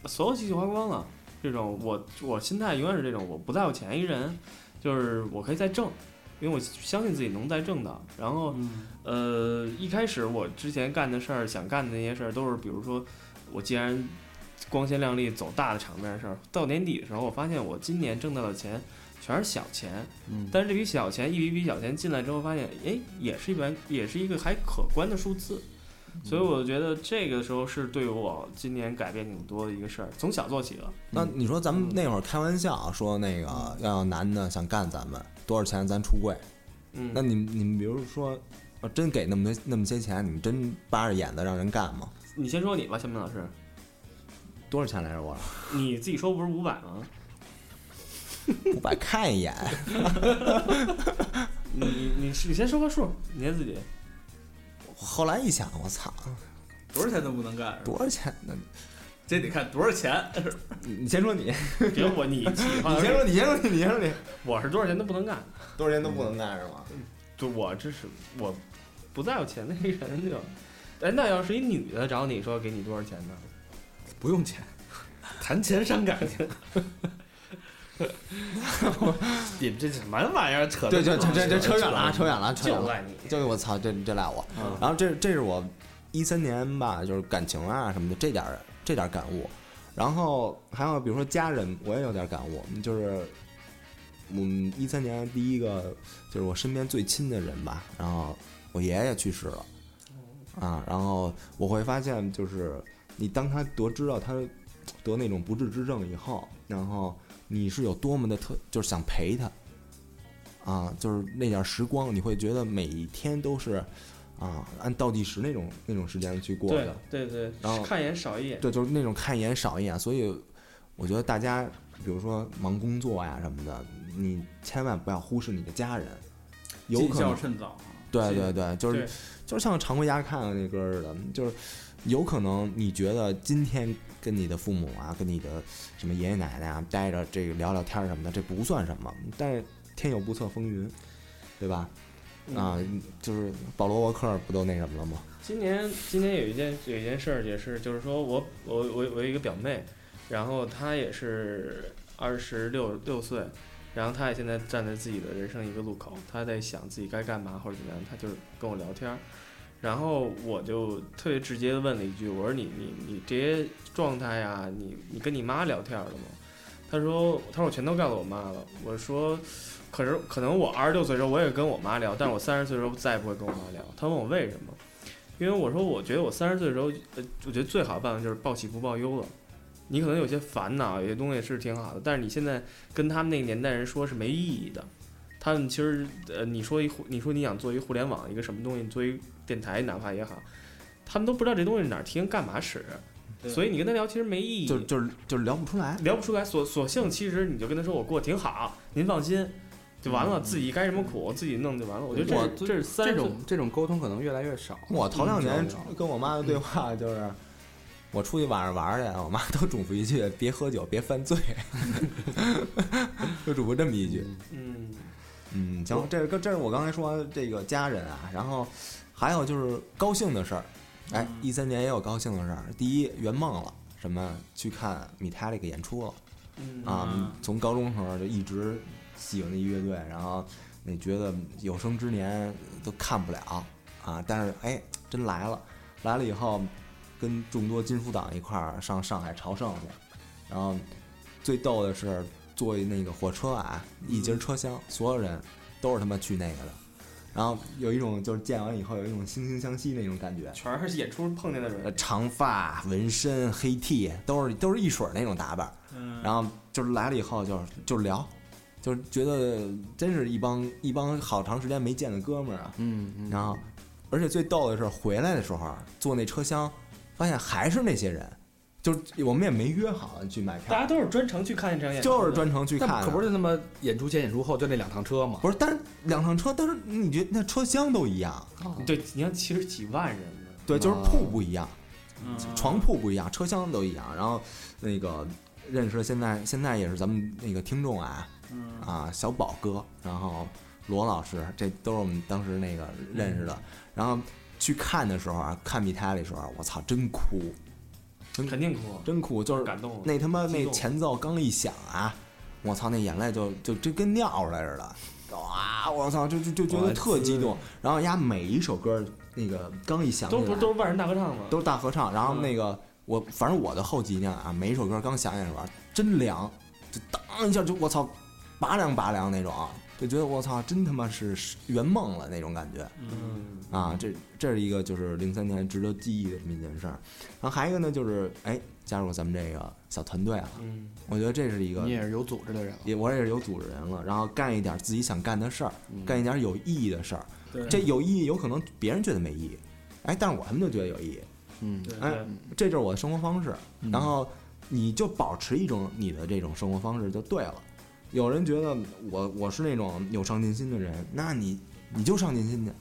所有积蓄花光了。这种我我心态永远是这种，我不在乎钱一人，就是我可以再挣，因为我相信自己能再挣到。然后嗯，呃，一开始我之前干的事儿，想干的那些事儿，都是比如说，我既然光鲜亮丽走大的场面的事儿，到年底的时候，我发现我今年挣到的钱全是小钱，嗯但是这笔小钱一笔笔小钱进来之后，发现哎，也是一笔，也是一个还可观的数字，所以我觉得这个时候是对我今年改变挺多的一个事儿，从小做起了。那你说咱们那会儿开玩笑说那个要男的想干咱们多少钱咱出柜？嗯，那你们你们比如说，呃真给那么多那么些钱，你们真扒着眼子让人干吗？你先说你吧，夏明老师，多少钱来着？ 我 你自己说不是五百吗？五百看一眼，你你你你先说个数，你先 自己。后来一想，我操，多少钱都不能干，是吧多少钱呢？这得看多少 钱。你你先说你，别我你起你先说你，先说你，你先说你，我是多少钱都不能干，多少钱都不能干是吗？就我这是我不在乎钱的一个人就。哎，那要是一女的找你说给你多少钱呢？ 不用钱，谈钱伤感情。你们这什么玩意儿扯对，就这这这这扯远了啊，扯远了，扯远就了。赖你。就我操，这这赖我。嗯然后这这是我一三年吧，就是感情啊什么的这点儿这点儿感悟。然后还有比如说家人，我也有点感悟，就是我们一三年第一个就是我身边最亲的人吧，然后我爷爷去世了啊，然后我会发现就是你当他得知到他得那种不治之症以后，然后你是有多么的特，就是想陪他。啊，就是那点儿时光，你会觉得每一天都是，啊，按倒计时那种那种时间去过对的。对对然后，看一眼少一眼。对，就是那种看一眼少一眼，所以我觉得大家，比如说忙工作呀什么的，你千万不要忽视你的家人，有尽可孝能，趁早啊。对尽对对，就是对就像常回家看看那歌儿似的，就是有可能你觉得今天跟你的父母啊，跟你的什么爷爷奶奶啊待着这个聊聊天儿什么的，这不算什么，但是天有不测风云，对吧？嗯啊，就是保罗沃克儿不都那什么了吗？今年今年有一件有一件事儿也是，就是说我我我我有一个表妹，然后她也是二十六六岁，然后她也现在站在自己的人生一个路口，她在想自己该干嘛或者怎么样，她就是跟我聊天儿，然后我就特别直接的问了一句，我说你你你这些状态呀，你你跟你妈聊天了吗？她说她说我全都告诉我妈了，我说。可是，可能我二十六岁的时候，我也跟我妈聊，但是我三十岁的时候再也不会跟我妈聊。她问我为什么，因为我说，我觉得我三十岁的时候，呃，我觉得最好的办法就是报喜不报忧了。你可能有些烦恼，有些东西是挺好的，但是你现在跟他们那个年代人说是没意义的。他们其实，呃，你说一互，你说你想做一互联网一个什么东西，做一电台哪怕也好，他们都不知道这东西哪儿听干嘛使， 对所以你跟他聊其实没意义。就就是就是聊不出来。聊不出来，索索性其实你就跟他说我过得挺好，您放心，就完了，自己该什么苦自己弄就完了。我觉得我这是这是三这十岁种这种沟通可能越来越少。我头两年嗯知道跟我妈的对话就是，我出去晚上玩儿去，我妈都嘱咐一句：别喝酒，别犯罪， 就嘱咐这么一句。嗯，嗯，行，这个这是我刚才说这个家人啊，然后还有就是高兴的事儿。哎，一三年也有高兴的事儿。第一，圆梦了，什么去看米 i 那个演出了。嗯啊嗯，从高中时候就一直喜欢的乐队，然后你觉得有生之年都看不了啊，但是哎，真来了，来了以后跟众多金属党一块儿上上海朝圣去，然后最逗的是坐那个火车啊，一节车厢所有人都是他妈去那个的，然后有一种就是见完以后有一种惺惺相惜那种感觉，全是演出碰见的呃人，长发、纹身、黑 T 都是都是一水儿那种打扮。嗯，然后就是来了以后就是就是聊，就是觉得真是一帮一帮好长时间没见的哥们儿啊。嗯嗯，然后，而且最逗的是回来的时候啊坐那车厢，发现还是那些人，就是我们也没约好去买大票，家都是专程去看一场演出的，就是专程去看啊但的。可不是他妈演出前演出后就那两趟车嘛。不是，但是两趟车，但是你觉得那车厢都一样，对，你看其实几万人呢，对，啊就是铺不一样。嗯床铺不一样，车厢都一样。然后那个认识了现在现在也是咱们那个听众啊，嗯啊小宝哥，然后罗老师，这都是我们当时那个认识的。然后去看的时候啊，看米胎的时候，我操，真哭，真肯定哭，真哭，就是感动了。那他妈激那动前奏刚一响啊，我操，那眼泪就就就跟尿出来似的。哇！我操，就就就觉我得的特激天动。然后丫每一首歌，那个刚一响起都来，不是都是万人大合唱吗？都是大合唱。然嗯后那个我，反正我的后脊梁啊，每一首歌刚想起来的时候，真凉，就当一下就我操，拔凉拔凉那种，啊就觉得我操，真他妈是圆梦了那种感觉嗯，啊！这这是一个就是零三年值得记忆的这么一件事儿。然后还有一个呢，就是哎，加入咱们这个小团队了，啊嗯，我觉得这是一个你。也是有组织的人了。也我也是有组织人了，然后干一点自己想干的事儿，嗯干一点有意义的事儿。对，这有意义，有可能别人觉得没意义，哎，但是我他们就觉得有意义。嗯，对哎对这就是我的生活方式。嗯然后你就保持一种你的这种生活方式就对了。有人觉得我我是那种有上进心的人，那你你就上进心去，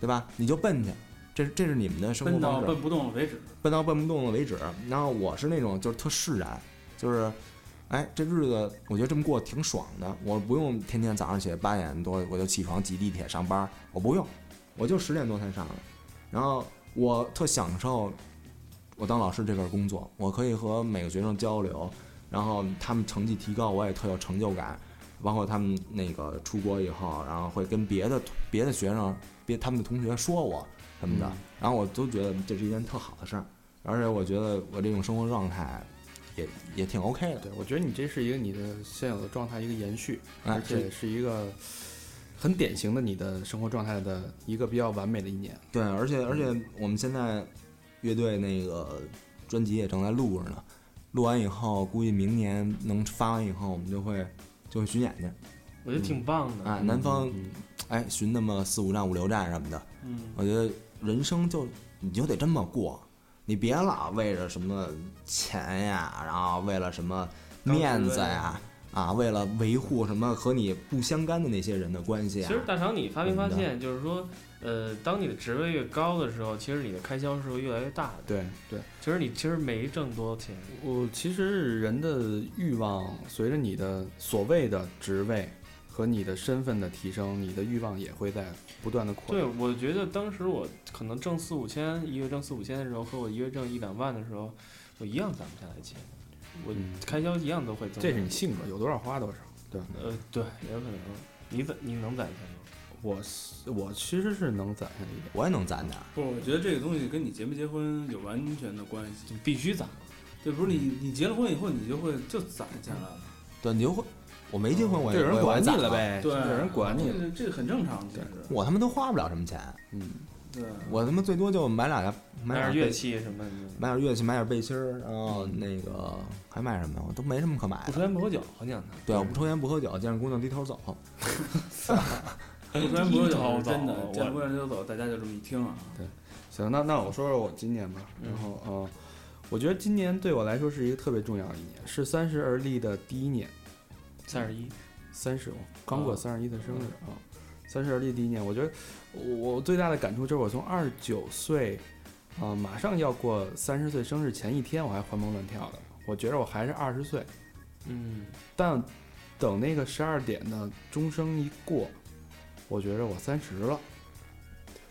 对吧？你就奔去，这这是你们的生活奔到方式，奔不动了为止。奔到奔不动了为止。然后我是那种就是特释然，就是。哎，这日子我觉得这么过挺爽的，我不用天天早上起来八点多我就起床挤地铁上班，我不用，我就十点多才上的。然后我特享受我当老师这份工作，我可以和每个学生交流，然后他们成绩提高，我也特有成就感。包括他们那个出国以后，然后会跟别的别的学生、别他们的同学说我什么的，然后我都觉得这是一件特好的事儿，而且我觉得我这种生活状态也也挺 OK 的。对，我觉得你这是一个你的现有的状态一个延续，哎而且是一个很典型的你的生活状态的一个比较完美的一年。对，而且而且我们现在乐队那个专辑也正在录着呢，录完以后估计明年能发完以后，我们就会就会巡演去。我觉得挺棒的。哎，南方嗯哎巡那么四五站、五六站什么的，嗯，我觉得人生就你就得这么过，你别老为着什么钱呀，然后为了什么面子呀，啊，为了维护什么和你不相干的那些人的关系其啊。实大长，你发没发现，就是说，呃，当你的职位越高的时候，其实你的开销是会越来越大的。对对，其实你其实没挣多少钱，我其实人的欲望随着你的所谓的职位和你的身份的提升，你的欲望也会在不断的扩对，大。我觉得当时我可能挣四五千，一个月挣四五千的时候，和我一个月挣一两万的时候，我一样攒不下来钱，我嗯开销一样都会增。这是你性格，有多少花多少。呃，对，有可能。你攒你能攒钱吗？我是我其实是能攒下一点，我也能攒点儿，不是，我觉得这个东西跟你结没结婚有完全的关系。你必须攒。对，不是嗯你你结了婚以后，你就会就攒下来了。对，你就会我没结婚，我就也有人我也管你攒了。呗，对，就哎有人管你这了。个这个很正常，其实。我他妈都花不了什么钱，嗯，对，啊我他妈最多就买俩买买俩点乐，器什 么的，买点乐器，买点背心儿，然后那个还买什么呀？我都没什么可买的。不抽烟不喝酒，好简单。 对，我不抽烟不喝酒，见着姑娘低头走。不然不是头真走的，我见了姑娘就走，大家就这么一听啊。行，那那我说说我今年吧，然后嗯、呃我觉得今年对我来说是一个特别重要的一年，是三十而立的第一年，三十一，三十，我刚过三十一的生日啊，三十而立第一年，我觉得我我最大的感触就是我从二十九岁啊、呃马上要过三十岁生日前一天，我还活蹦乱跳的，我觉得我还是二十岁，嗯，但等那个十二点的钟声一过，我觉着我三十了，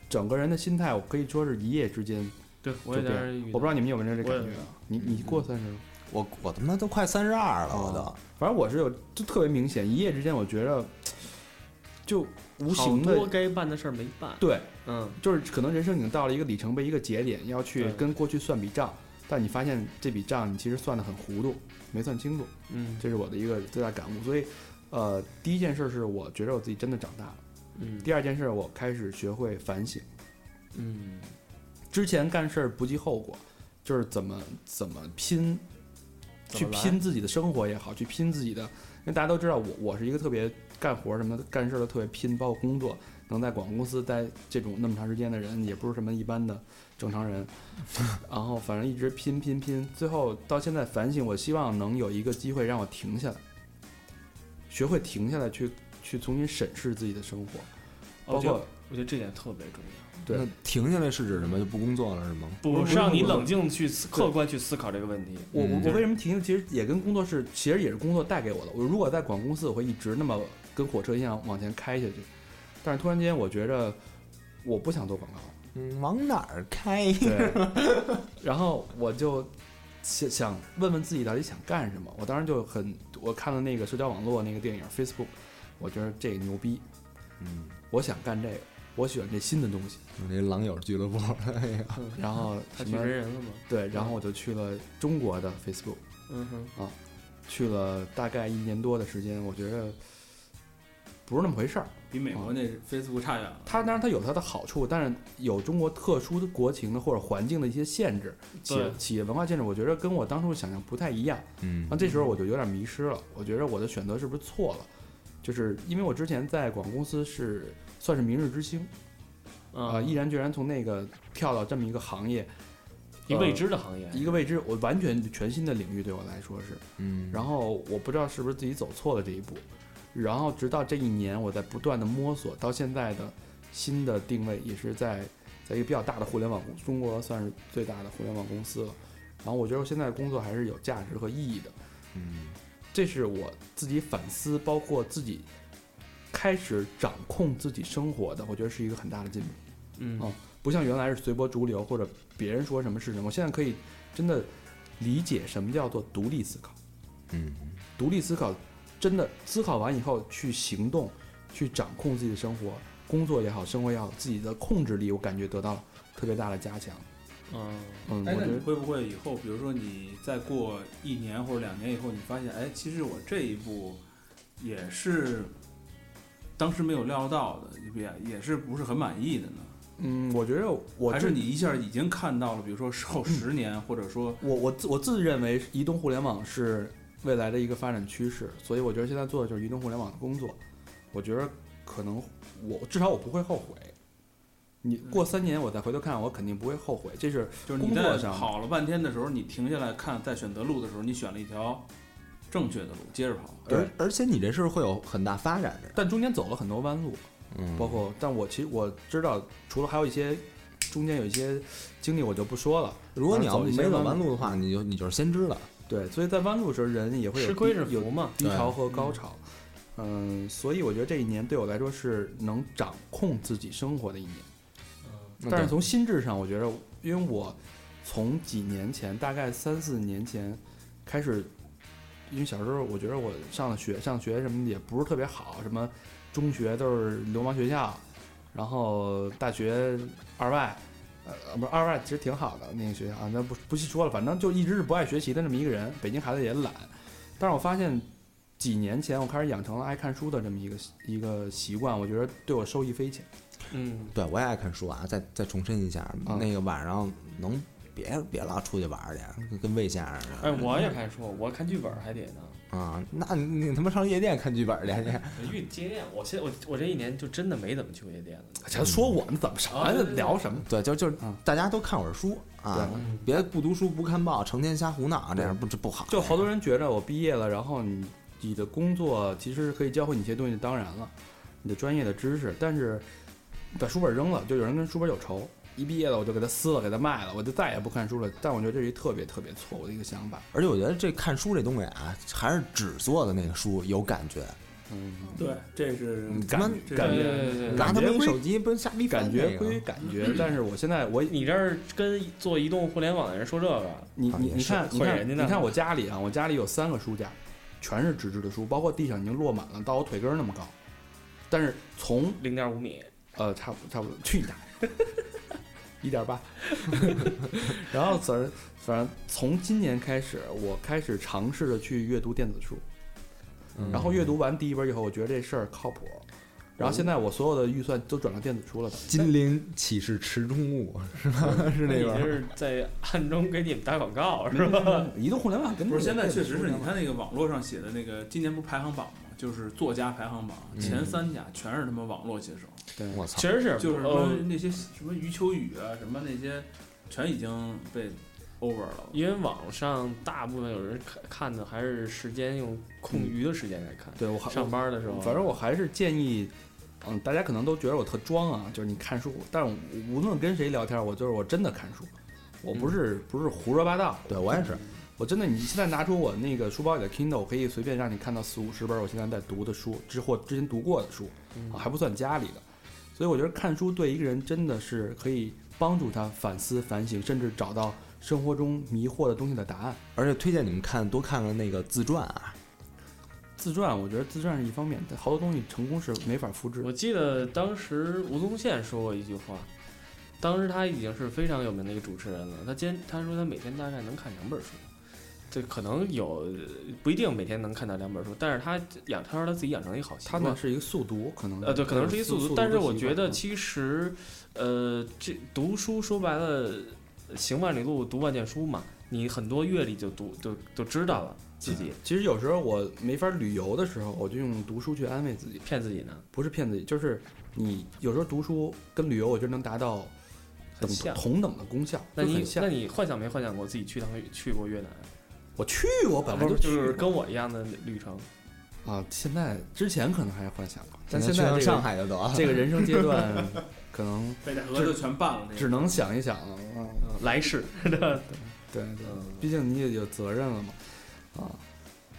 整个人的心态我可以说是一夜之间，对我也在这儿遇到，我不知道你们有没有这我也嗯感觉啊？你你过三十了吗？我我他妈都快三十二了，我都。反正我是有，就特别明显，一夜之间我觉着就无好形多的该办的事儿没办。对，嗯，就是可能人生已经到了一个里程碑一个节点，要去对跟过去算笔账，但你发现这笔账你其实算的很糊涂，没算清楚。嗯这是我的一个最大感悟。所以，呃，第一件事是我觉得我自己真的长大了。嗯第二件事，我开始学会反省，嗯，之前干事儿不计后果，就是怎么怎么拼，怎去么来拼自己的生活也好，去拼自己的。因为大家都知道我，我是一个特别干活儿什么的干事儿都特别拼，包括工作能在广告公司待这种那么长时间的人，也不是什么一般的正常 人。然后反正一直拼拼拼，最后到现在反省，我希望能有一个机会让我停下来，学会停下来去去重新审视自己的生活，包我觉括得我觉得这点特别重要，对那停下来是指什么？就不工作了是吗？不不是让你不是冷静去思客观去思考这个问题。我我嗯我为什么停下？其实也跟工作室，其实也是工作带给我的。我如果在广告公司，我会一直那么跟火车一样往前开下去。但是突然间，我觉着我不想做广告，嗯，往哪儿 开？对。然后我就想想问问自己到底想干什么。我当时就很，我看了那个社交网络那个电影 Facebook，我觉得这个牛逼，嗯，我想干这个，我喜欢这新的东西。我这狼友俱乐部，哎呀，然后他什去么人人了吗？对，然后我就去了中国的 Facebook。嗯哼，去了大概一年多的时间，我觉着不是那么回事儿。比美国那 Facebook 差远了。它当然它有它的好处，但是有中国特殊的国情的或者环境的一些限制，企业对企业文化限制，我觉着跟我当初想象不太一样。嗯那这时候我就有点迷失了，我觉着我的选择是不是错了？就是因为我之前在广告公司是算是明日之星啊、啊，毅然决然从那个跳到这么一个行业，一未知的行业，一个未知，我完全全新的领域对我来说是。嗯，然后我不知道是不是自己走错了这一步，然后直到这一年，我在不断的摸索，到现在的新的定位也是在在一个比较大的互联网公，中国算是最大的互联网公司了。然后我觉得我现在的工作还是有价值和意义的，嗯这是我自己反思，包括自己开始掌控自己生活的，我觉得是一个很大的进步。嗯哦不像原来是随波逐流或者别人说什么是什么，我现在可以真的理解什么叫做独立思考。嗯独立思考真的思考完以后去行动，去掌控自己的生活，工作也好，生活也好，自己的控制力，我感觉得到了特别大的加强。嗯，嗯，哎，我那觉你得会不会以后，比如说你再过一年或者两年以后，你发现，哎，其实我这一步也是当时没有料到的，也也是不是很满意的呢？嗯，我觉得我还这是你一下已经看到了，比如说后十年，或者说我我自我自认为移动互联网是未来的一个发展趋势，所以我觉得现在做的就是移动互联网的工作。我觉得可能我至少我不会后悔。你过三年我再回头看，我肯定不会后悔。这是就是你工作在上跑了半天的时候，你停下来看，在选择路的时候，你选了一条正确的路，接着跑。而而且你这事儿会有很大发展的，但中间走了很多弯路，嗯，包括但我其实我知道，除了还有一些中间有一些经历我就不说了。如果你要走一些没走弯弯路的话，你就你就是先知了。对，所以在弯路的时候人也会有吃亏低是有福嘛。低潮和高潮。嗯，所以我觉得这一年对我来说是能掌控自己生活的一年。嗯但是从心智上，我觉得，因为我从几年前，大概三四年前开始，因为小时候我觉得我上了学，上学什么的也不是特别好，什么中学都是流氓学校，然后大学二外，呃，不是二外其实挺好的那个学校啊，那不不细说了，反正就一直是不爱学习的这么一个人。北京孩子也懒，但是我发现几年前我开始养成了爱看书的这么一个一个习惯，我觉得对我受益匪浅。嗯，对，我也爱看书啊，再再重申一下，嗯那个晚上能别别老出去玩儿去，啊跟跟魏先生似的。哎，我也看书，我看剧本还得呢。哎啊、那你他妈上夜店看剧本去去？ 夜夜店，我现在我我这一年就真的没怎么去过夜店了。才说我们怎么啥啊对对对聊什么？对，就就是嗯大家都看会儿书啊，对嗯，别不读书不看报，成天瞎胡闹，这样不这不好。就好多人觉得我毕业了，然后你你的工作其实可以教会你一些东西，当然了，你的专业的知识，但是把书本扔了，就有人跟书本有仇。一毕业了我就给他撕了，给他卖了，我就再也不看书了。但我觉得这是一特别特别错误的一个想法。而且我觉得这看书这东西啊，还是纸做的那个书有感觉，嗯，对，这是你他感妈这是对感对对对对，拿他感觉们归手机不是瞎逼翻感那觉个嗯归感觉，但是我现在我你这儿跟做移动互联网的人说这个，你啊你也你是看你毁人看家你呢看我家里啊，我家里有三个书架，全是纸质的书，包括地上已经落满了，到我腿根儿那么高。但是从零点五米，呃，差不差不多，去你大爷，一点八。然后反正反正从今年开始，我开始尝试着去阅读电子书，嗯然后阅读完第一本以后，我觉得这事儿靠谱。哦然后现在我所有的预算都转到电子书了，金陵岂是池中物，是吧？是那你这个。是在暗中给你们打广告是 吧？移动互联网跟不是现在电子确书实是，一你样看那个网络上写的那个，今年不是排行榜吗？就是作家排行榜嗯前三甲全是他妈网络写手，我操！确实是，就是什呃么那些什么余秋雨啊，什么那些，全已经被 over 了。因为网上大部分有人看看的还是时间用空余的时间来看，对我还上班的时候，反正啊我还是建议，嗯，大家可能都觉得我特装啊，就是你看书，但是无论跟谁聊天，我就是我真的看书，我不是、不是胡说八道，嗯对我也是，我真的，你现在拿出我那个书包里的 Kindle，我可以随便让你看到四五十本我现在在读的书，之或之前读过的书，嗯啊，还不算家里的。所以我觉得看书对一个人真的是可以帮助他反思、反省，甚至找到生活中迷惑的东西的答案。而且推荐你们看多看看那个自传啊，自传，我觉得自传是一方面，但好多东西成功是没法复制的。我记得当时吴宗宪说过一句话，当时他已经是非常有名的一个主持人了。他今他说他每天大概能看两本书，这可能有不一定每天能看到两本书，但是他养他说他自己养成了一个好习他惯。呢是一个速读，可能呃，对，可能是一速读读，的但是我习觉惯嗯得其实，呃，这读书说白了，行万里路，读万卷书嘛，你很多阅历就读就就知道了自己其实有时候我没法旅游的时候，我就用读书去安慰自己。骗自己呢，不是骗自己，就是你有时候读书跟旅游，我觉得能达到很等像。同等的功效，那就你很像那你幻想没幻想过自己去趟去过越南？我去过，本来不是去就是过跟我一样的旅程。啊，现在之前可能还幻想过，但现去在趟这上个海啊就得了。这个人生阶段， 可能北戴河就全办了，只能想一想了。嗯，嗯来世，对对，嗯毕竟你也有责任了嘛，啊，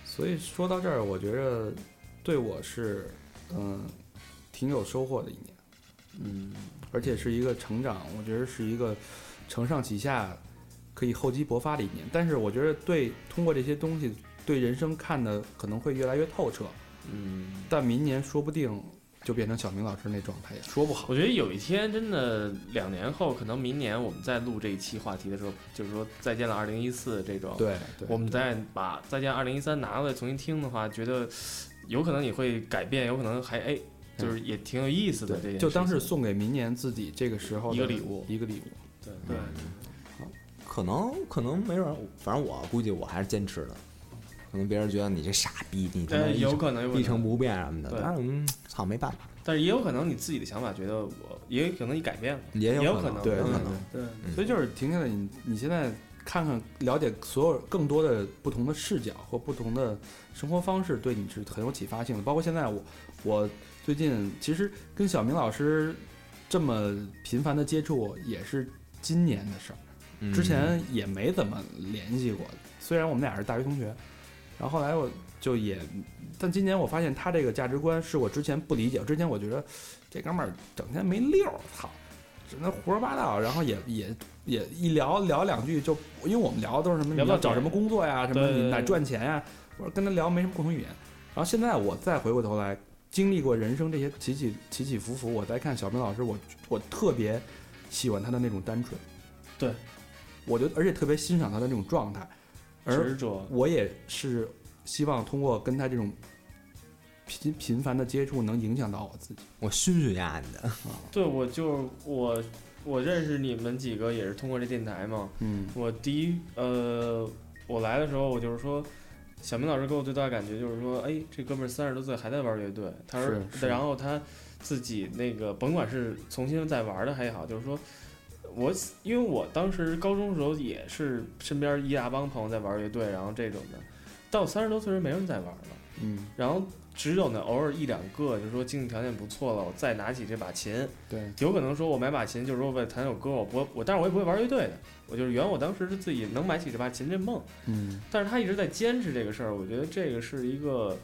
所以说到这儿，我觉着对我是嗯挺有收获的一年，嗯，而且是一个成长，我觉得是一个承上启下，可以厚积薄发的一年。但是我觉得对通过这些东西对人生看的可能会越来越透彻，嗯，但明年说不定就变成小明老师那状态，也说不好。我觉得有一天真的，两年后，可能明年我们再录这一期话题的时候，就是说再见了二零一四这种，对，对我们再把再见二零一三拿过来重新听的话，觉得有可能你会改变，有可能还哎，就是也挺有意思的这件对，事情，就当是送给明年自己这个时候的一个礼物一个礼物。对对，可能可能没准儿，反正我估计我还是坚持的。可能别人觉得你这傻逼，你他妈但一哎呃有成嗯可能有可能一成不变什么的，对但是嗯操没办法，但是也有可能你自己的想法觉得我，也有可能你改变了，也也有可可能，能也有嗯可能。对，嗯所以就是婷婷，你你现在看看了解所有更多的不同的视角和不同的生活方式，对你是很有启发性的。包括现在我我最近其实跟小明老师这么频繁的接触，也是今年的事儿。嗯之前也没怎么联系过，虽然我们俩是大学同学，然后后来我就也，但今年我发现他这个价值观是我之前不理解，之前我觉得这哥们儿整天没溜儿，操，只能胡说八道，然后也也也一聊聊两句就，因为我们聊的都是什么你聊不要了找点什么工作呀，什么对对你哪对赚钱呀，我说跟他聊没什么共同语言，然后现在我再回过头来。经历过人生这些起起起起伏伏，我再看小明老师，我我特别喜欢他的那种单纯，我就而且特别欣赏他的那种状态，而执着，我也是希望通过跟他这种频频繁的接触，能影响到我自己。我熏熏丫你的，对我就我我认识你们几个也是通过这电台嘛，嗯我第一呃，我来的时候我就是说，小明老师给我最大的感觉就是说，哎，这哥们儿三十多岁还在玩乐队，他说是，是然后他自己那个甭管是重新再玩的还也好，就是说。我因为我当时高中的时候也是身边一大帮朋友在玩乐队，然后这种的，到三十多岁时候没人再玩了，嗯，然后只有那偶尔一两个，就是说经济条件不错了，我再拿起这把琴，对，有可能说我买把琴就是说为了弹首歌，我不我，但是我也不会玩乐队的，我就是圆我当时是自己能买起这把琴这梦。嗯，但是他一直在坚持这个事儿，我觉得这个是一个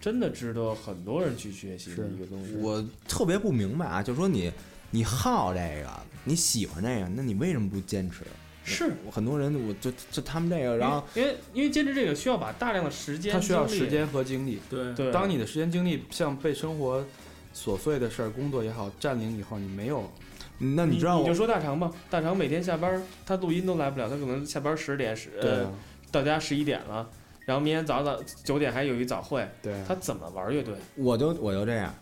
真的值得很多人去学习的是一个东西。我特别不明白啊，就说你你好这个，你喜欢这个，那你为什么不坚持？是我很多人我就就他们这个，然后因为因为坚持这个需要把大量的时间，他需要精力时，间和精力。对，对，当你的时间精力像被生活琐碎的事儿、工作也好占领以后，你没有那你知道你就我说大肠吧，大肠每天下班儿他录音都来不了，他可能下班十点十对呃啊到家十一点了，然后明天早早九点还有一早会，对啊他怎么玩乐队？我就我就这样，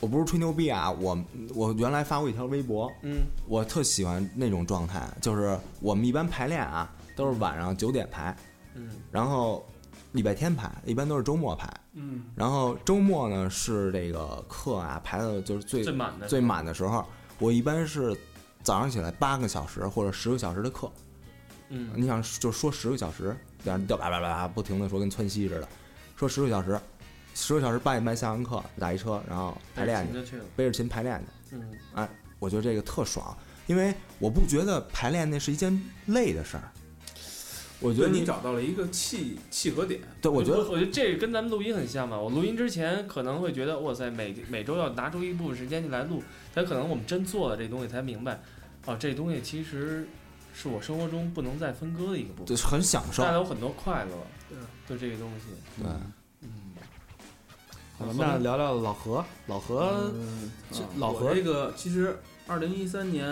我不是吹牛逼啊，我我原来发过一条微博，嗯，我特喜欢那种状态，就是我们一般排练啊都是晚上九点排，嗯，然后礼拜天排，一般都是周末排，嗯，然后周末呢是这个课啊排的就是最最满的最满的时候，我一般是早上起来八个小时或者十个小时的课，嗯你想就说十个小时，然后掉叭叭叭叭不停的说跟窜稀似的，说十个小时，十个小时八点半下完课打一车，然后排练去，就去了，背着琴排练去，嗯。我觉得这个特爽，因为我不觉得排练那是一件累的事儿，我觉所得以你你找到了一个契契合点，对我觉得我觉得这跟咱们录音很像吧。我录音之前可能会觉得，哇塞，每每周要拿出一部分时间去来录，但可能我们真做了这东西才明白，哦，这东西其实是我生活中不能再分割的一个部分，就是很享受带，来我很多快乐。对，就这个东西，对，嗯，好吧那聊聊老何，老何，嗯这啊老我何这个其实二零一三年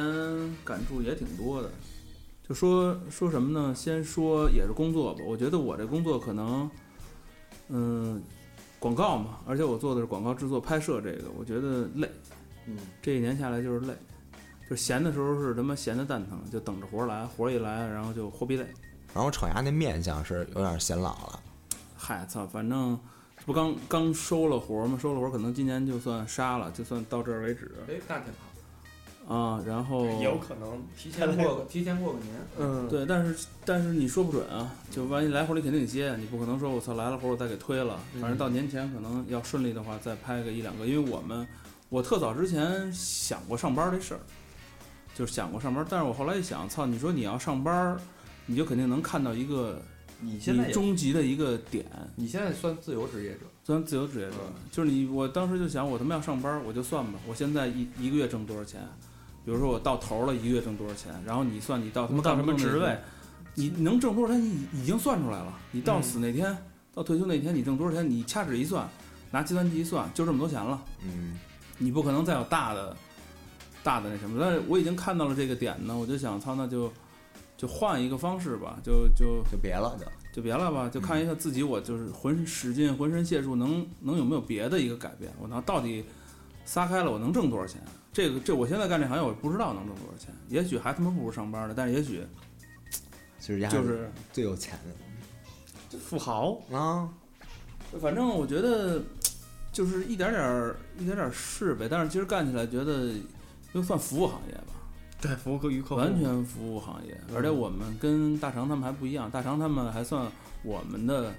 感触也挺多的，就说说什么呢？先说也是工作吧，我觉得我这工作可能，嗯，广告嘛，而且我做的是广告制作拍摄这个，我觉得累，嗯，这一年下来就是累，就闲的时候是他妈闲的蛋疼，就等着活儿来，活儿一来，然后就活逼累。然后瞅牙那面相是有点显老了，嗨，操，反正这不刚刚收了活儿嘛，收了活儿可能今年就算杀了，就算到这儿为止哎，那挺好，啊、然后也有可能提前过个提前过个年，嗯，对，但是但是你说不准啊，就万一来活儿你肯定得接，你不可能说我操来了活儿我再给推了，嗯反正到年前可能要顺利的话再拍个一两个，因为我们我特早之前想过上班儿这事儿，就是想过上班儿，但是我后来一想，操，你说你要上班儿，你就肯定能看到一个你现在你也终极的一个点，你现在算自由职业者，嗯咱自由职业者，就是你，我当时就想，我他妈要上班，我就算吧，我现在一一个月啊挣多少钱？比如说我到头了，一个月挣多少钱？然后你算你到我们到什么挣的职位那个？你能挣多少钱，你已经算出来了。你到嗯死那天，到退休那天，你挣多少钱，你掐指一算，拿计算器一算，就这么多钱了。嗯，你不可能再有大的、大的那什么。但是我已经看到了这个点呢，我就想，操，那就就换一个方式吧，就就就别了，就就别了吧，就看一下自己，我就是浑身使劲、浑身解数，能能有没有别的一个改变？我能到底撒开了，我能挣多少钱？这个这我现在干这行业，我不知道能挣多少钱，也许还他妈不如上班呢，但是也许其实丫就是最有钱富豪，的啊，反正我觉得就是一点点儿一点点儿试呗，但是其实干起来觉得就算服务行业吧，对，服务于客户，完全服务行业，而且我们跟大成他们还不一样，大成他们还算我们的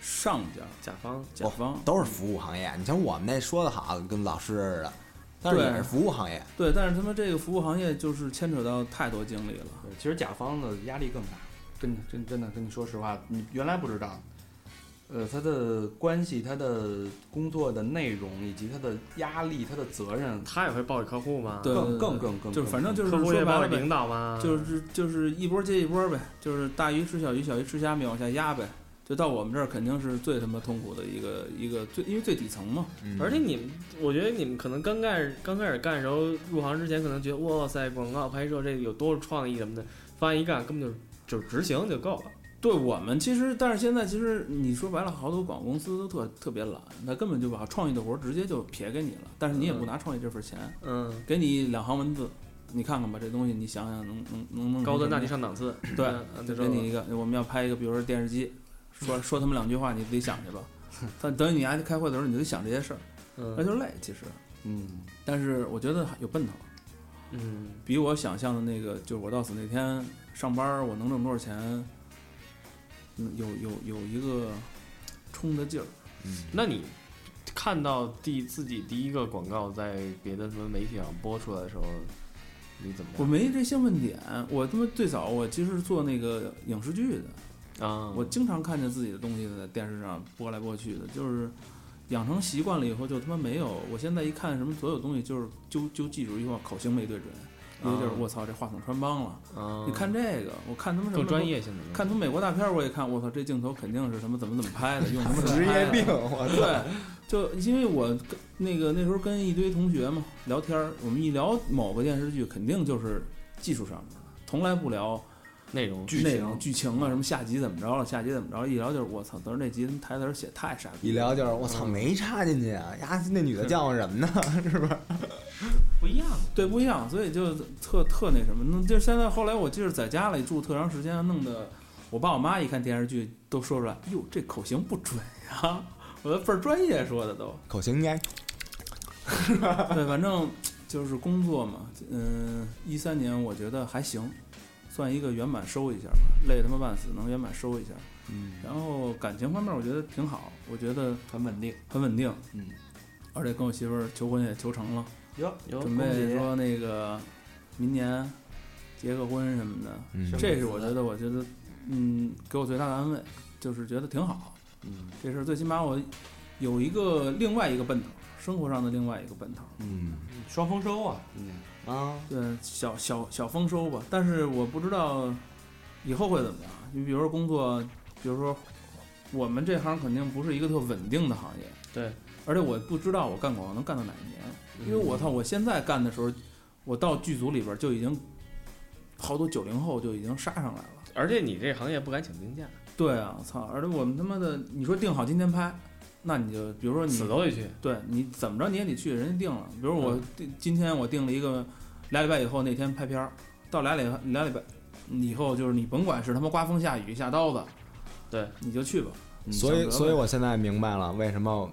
上家甲方哦甲方，都是服务行业。你像我们那说的好，跟老师似的，但是对也是服务行业。对，但是他们这个服务行业就是牵扯到太多精力了，对，其实甲方的压力更大，跟真真的跟你说实话，你原来不知道，呃，他的关系、他的工作的内容以及他的压力、他的责任他也会报给客户吗？对更更更更，就是反正就是客户说也白报了给呗，领导吗？就是就是一波接一波呗，就是大鱼吃小鱼，小鱼吃虾米，往下压呗。就到我们这儿肯定是最他妈痛苦的一个一个最，因为最底层嘛，而且你们，我觉得你们可能刚开始刚开始干的时候，入行之前可能觉得哇塞，广告拍摄这有多有创意什么的，发现一干根本就就执行就够了。对我们其实，但是现在其实你说白了，好多广告公司都特特别懒，那根本就把创意的活儿直接就撇给你了，但是你也不拿创意这份钱，嗯，给你两行文字，你看看吧，这东西你想想能能能能高端大气上，上档次。对嗯，就就给你一个，我们要拍一个，比如说电视机，说说他们两句话，你自己想去吧。但等于你还开会的时候，你就想这些事儿，那嗯就累其实。嗯，但是我觉得有奔头，嗯，比我想象的那个，就是我到死那天上班儿我能挣多少钱，嗯有有有一个冲的劲儿。那你看到第自己第一个广告在别的什么媒体上播出来的时候，你怎么我样？没这兴奋点，我他妈最早我其实是做那个影视剧的，啊，我经常看见自己的东西在电视上播来播去的，就是养成习惯了以后就他妈没有。我现在一看什么所有东西就是就就记住一句话，口型没对准，一个就是啊我操这话筒穿帮了。啊，你看这个，我看他们什么更专，业性的，看他们美国大片儿我也看，我操这镜头肯定是什么怎么怎么拍的，用什么职业病，怎么啊我拍的对。就因为我跟那个那时候跟一堆同学嘛聊天儿，我们一聊某个电视剧，肯定就是技术上面的，从来不聊内容剧内容、剧情啊，什么下集怎么着了，下集怎么着，一聊就是我操，当时那集他们台词写太傻逼一了，聊就是我操，没插进去啊！呀，那女的叫唤什么呢？不一样。对不一样，所以就特特那什么，那就是现在后来我记得在家里住特长时间，弄得我爸我妈一看电视剧都说出来，哟这口型不准呀、 我都倍儿专业说的都，口型应该 对，反正就是工作嘛，嗯，一三年我觉得还行，算一个圆满收一下吧，累他妈半死，能圆满收一下，嗯，然后感情方面我觉得挺好，我觉得很稳定，很稳定，嗯，而且跟我媳妇儿求婚也求成了，哟哟准备说那个明年结个婚什么的，嗯这是我觉得，我觉得，嗯，给我最大的安慰，就是觉得挺好，嗯这事儿最起码我有一个另外一个奔头，生活上的另外一个奔头，嗯双丰收啊，嗯，啊，对，小小小丰收吧，但是我不知道以后会怎么样，你比如说工作，比如说我们这行肯定不是一个特稳定的行业，对，而且我不知道我干广告能干到哪一年，嗯因为我操，我现在干的时候，我到剧组里边就已经好多九零后就已经杀上来了。而且你这行业不敢请病假，对啊，操！而且我们他妈的，你说定好今天拍，那你就比如说你死都得去。对你怎么着你也得去，人家定了。比如我嗯定、今天我定了一个俩礼拜以后那天拍片儿，到俩礼拜俩礼拜嗯以后就是你甭管是他妈刮风下雨下刀子，对，你就去吧。所小以哥所以呗我现在明白了为什么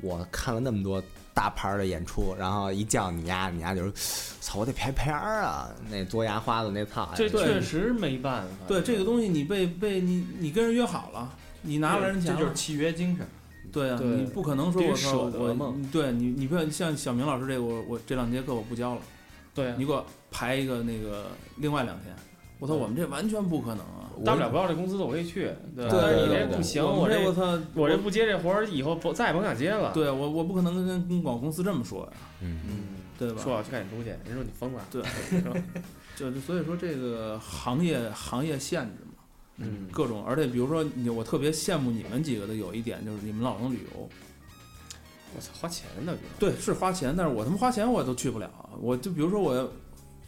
我看了那么多大牌儿的演出，然后一叫你呀，你呀就是，操，我得拍片儿啊，那嘬牙花子那操，这对确实没办法。对这个东西你被被你你跟人约好了，你拿了人钱这就了是，契约精神，对啊，对你不可能说得我靠舍得嘛我对你你不要像小明老师这个我我这两节课我不教了。对啊你，给我排一个那个另外两天。我操，我们这完全不可能啊！大不了不要这公司的，我可以去。对对但是你对这对不行，我我们我这操，我这不接这活儿，以后不再也甭想接了。，对我我不可能跟跟跟广告公司这么说呀，嗯，嗯，对吧？说我要去看演出去，人说你疯了。对，就就所以说这个行业行业限制嘛，嗯各种，而且比如说你，我特别羡慕你们几个的有一点就是你们老能旅游， 我操，花钱呢，比如对，是花钱，但是我他妈花钱我都去不了。啊我就比如说我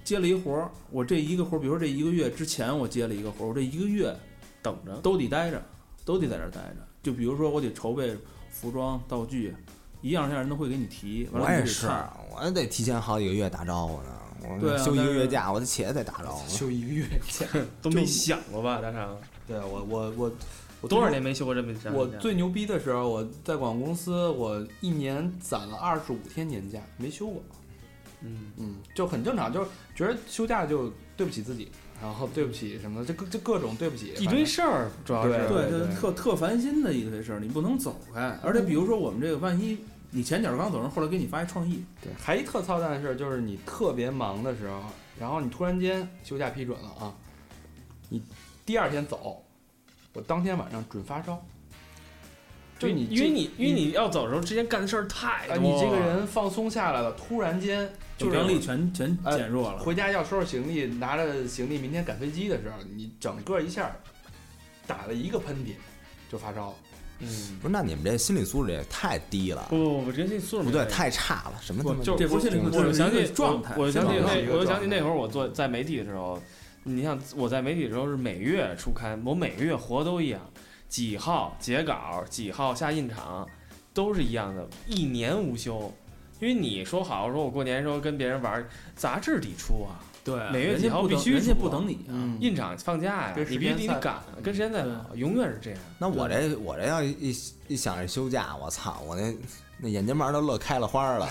接了一活儿，我这一个活儿，比如说这一个月之前我接了一个活儿，我这一个月等着，都得待着，都得在这儿待着。就比如说我得筹备服装、道具，一样下人都会给你提，完我了你也得是看。，我得提前好几个月打招呼呢。对我啊休一但个是月假，我得起来再打招呼。休一个月假都没想过吧，大 长？对我我我我我多少年没休过这么长我假？最牛逼的时候，我在广告公司，我一年攒了二十五天年假，没休过。嗯，嗯，就很正常，就是觉得休假就对不起自己，然后对不起什么的，这各这各种对不起，一堆事儿，主要是对对，这对特特烦心的一回事儿，你不能走开。而且比如说我们这个，万一你前脚刚走人，后来给你发一创意，对，还一特操蛋的事儿就是你特别忙的时候，然后你突然间休假批准了啊，你第二天走，我当天晚上准发烧，就你因为这你因为你要走的时候，之前干的事儿太多啊，了。你这个人放松下来了，突然间就抵是抗力全全呃减弱了。回家要收拾行李，拿着行李明天赶飞机的时候，你整个一下打了一个喷嚏就发烧了，嗯，不是，那你们这心理素质也太低了，不不不，这些素质哎不对，太差了，什么他妈就嗯这不是心理素质我想这是起一个状态我我想起这是一那，个我就状态想起那会儿我做在媒体的时候，你像我在媒体的时候是每月出刊，我每个月活都一样，几号截稿，几号下印厂，都是一样的，一年无休。因为你说好说，我过年的时候跟别人玩儿，杂志得出啊，对啊，每月人几家号不必等，须人家出不啊等你啊。嗯印厂放假呀，跟你时必须间得赛得赶，跟时间赛跑，永远是这样。那我这我这要一一想着休假，我操，我那那眼睫毛都乐开了花儿了，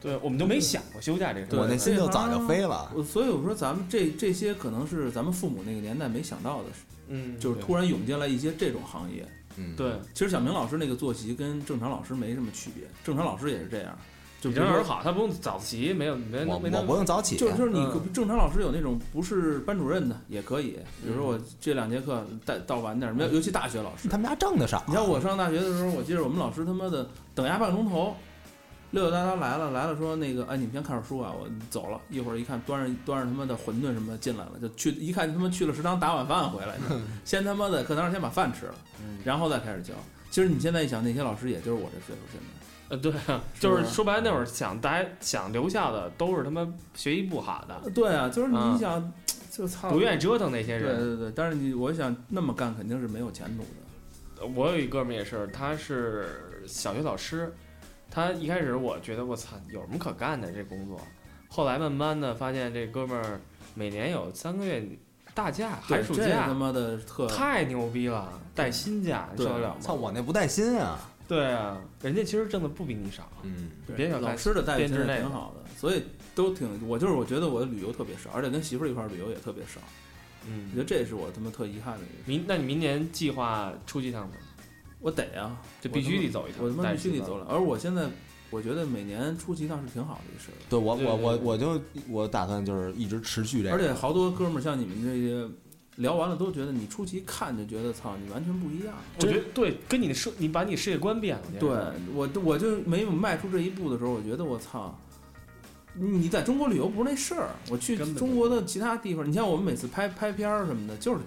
对，我们都没想过休假这个事对儿。我那心就早就飞了。我所以我说咱们这这些可能是咱们父母那个年代没想到的事，嗯，就是突然涌进来一些这种行业。嗯，对，其实小明老师那个作息跟正常老师没什么区别，正常老师也是这样，就你比这如说人好，他不用早自习，没有没我没我不用早起，啊就是就是你嗯正常老师有那种不是班主任的也可以，比如说嗯我这两节课带到晚点儿，没有尤其大学老师，他们家挣的少。你像我上大学的时候，我记得我们老师他妈的等丫半个钟头，溜溜达达来了来了说那个哎你们先看会儿书啊，我走了一会儿一看端着端着他妈的馄饨什么进来了，就去一看他妈去了食堂打晚饭回来的，先他妈的课堂上先把饭吃了，然后再开始教。其实你现在一想，那些老师也就是我这岁数现在，呃，对啊，是就不是是说白了，那会儿想待想留校的，都是他妈学习不好的，对啊，就是嗯你想、就操不愿意折腾那些对对人。对，但是你我想那么干肯定是没有前途的。我有一哥们儿也是，他是小学老师，他一开始我觉得我操，有什么可干的这工作，后来慢慢的发现这哥们儿每年有三个月大假，寒对暑这他假，妈的特太牛逼了，带薪假，你对受得了操，吗？我那不带薪啊。对啊，人家其实挣的不比你少，嗯，对别小看老师的待遇编其制实内挺的好的，所以都挺我就是我觉得我旅游特别少，而且跟媳妇儿一块儿旅游也特别少，我觉嗯。得这是我他妈特遗憾的一个。明，那你明年计划出去一趟吗？我得啊，就我必他须妈得走一趟，我他妈带必须媳得妇儿走了。而我现在我觉得每年出去一趟是挺好的一事儿，对我对我我对对我就我打算就是一直持续这而个。且好多哥们儿像你们这些聊完了都觉得你出去一看就觉得操你完全不一样。我觉得对，跟你的世，你把你世界观变了。对我我就没有迈出这一步的时候，我觉得我操。你在中国旅游不是那事儿，我去根本就中国的其他地方，你像我们每次拍拍片儿什么的，就是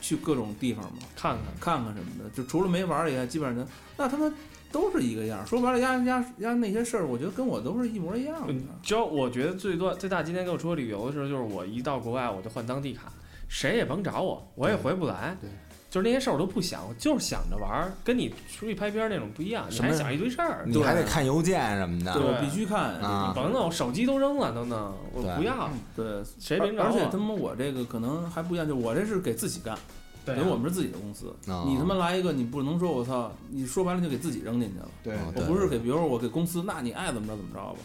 去各种地方嘛，看看，看看什么的，就除了没玩儿以外，基本上就那他妈都是一个样儿。说白了，丫丫丫那些事儿，我觉得跟我都是一模一样的嗯。，只要我觉得最多最大今天跟我出去旅游的时候，就是我一到国外我就换当地卡，谁也甭找我，我也回不来。对就是那些事儿我都不想，我就是想着玩儿，跟你出去拍片儿那种不一样，你什么还想一堆事儿，你还得看邮件什么对，的。我必须看。啊你甭弄，我手机都扔了都能，我对不要，对，谁别而找而且他我。妈我这个可能还不一样，就我这是给自己干，对啊因为我们是自己的公司。哦你他妈来一个，你不能说我操，你说白了就给自己扔进去了。对哦我对不是给，比如说我给公司，那你爱怎么着怎么着吧，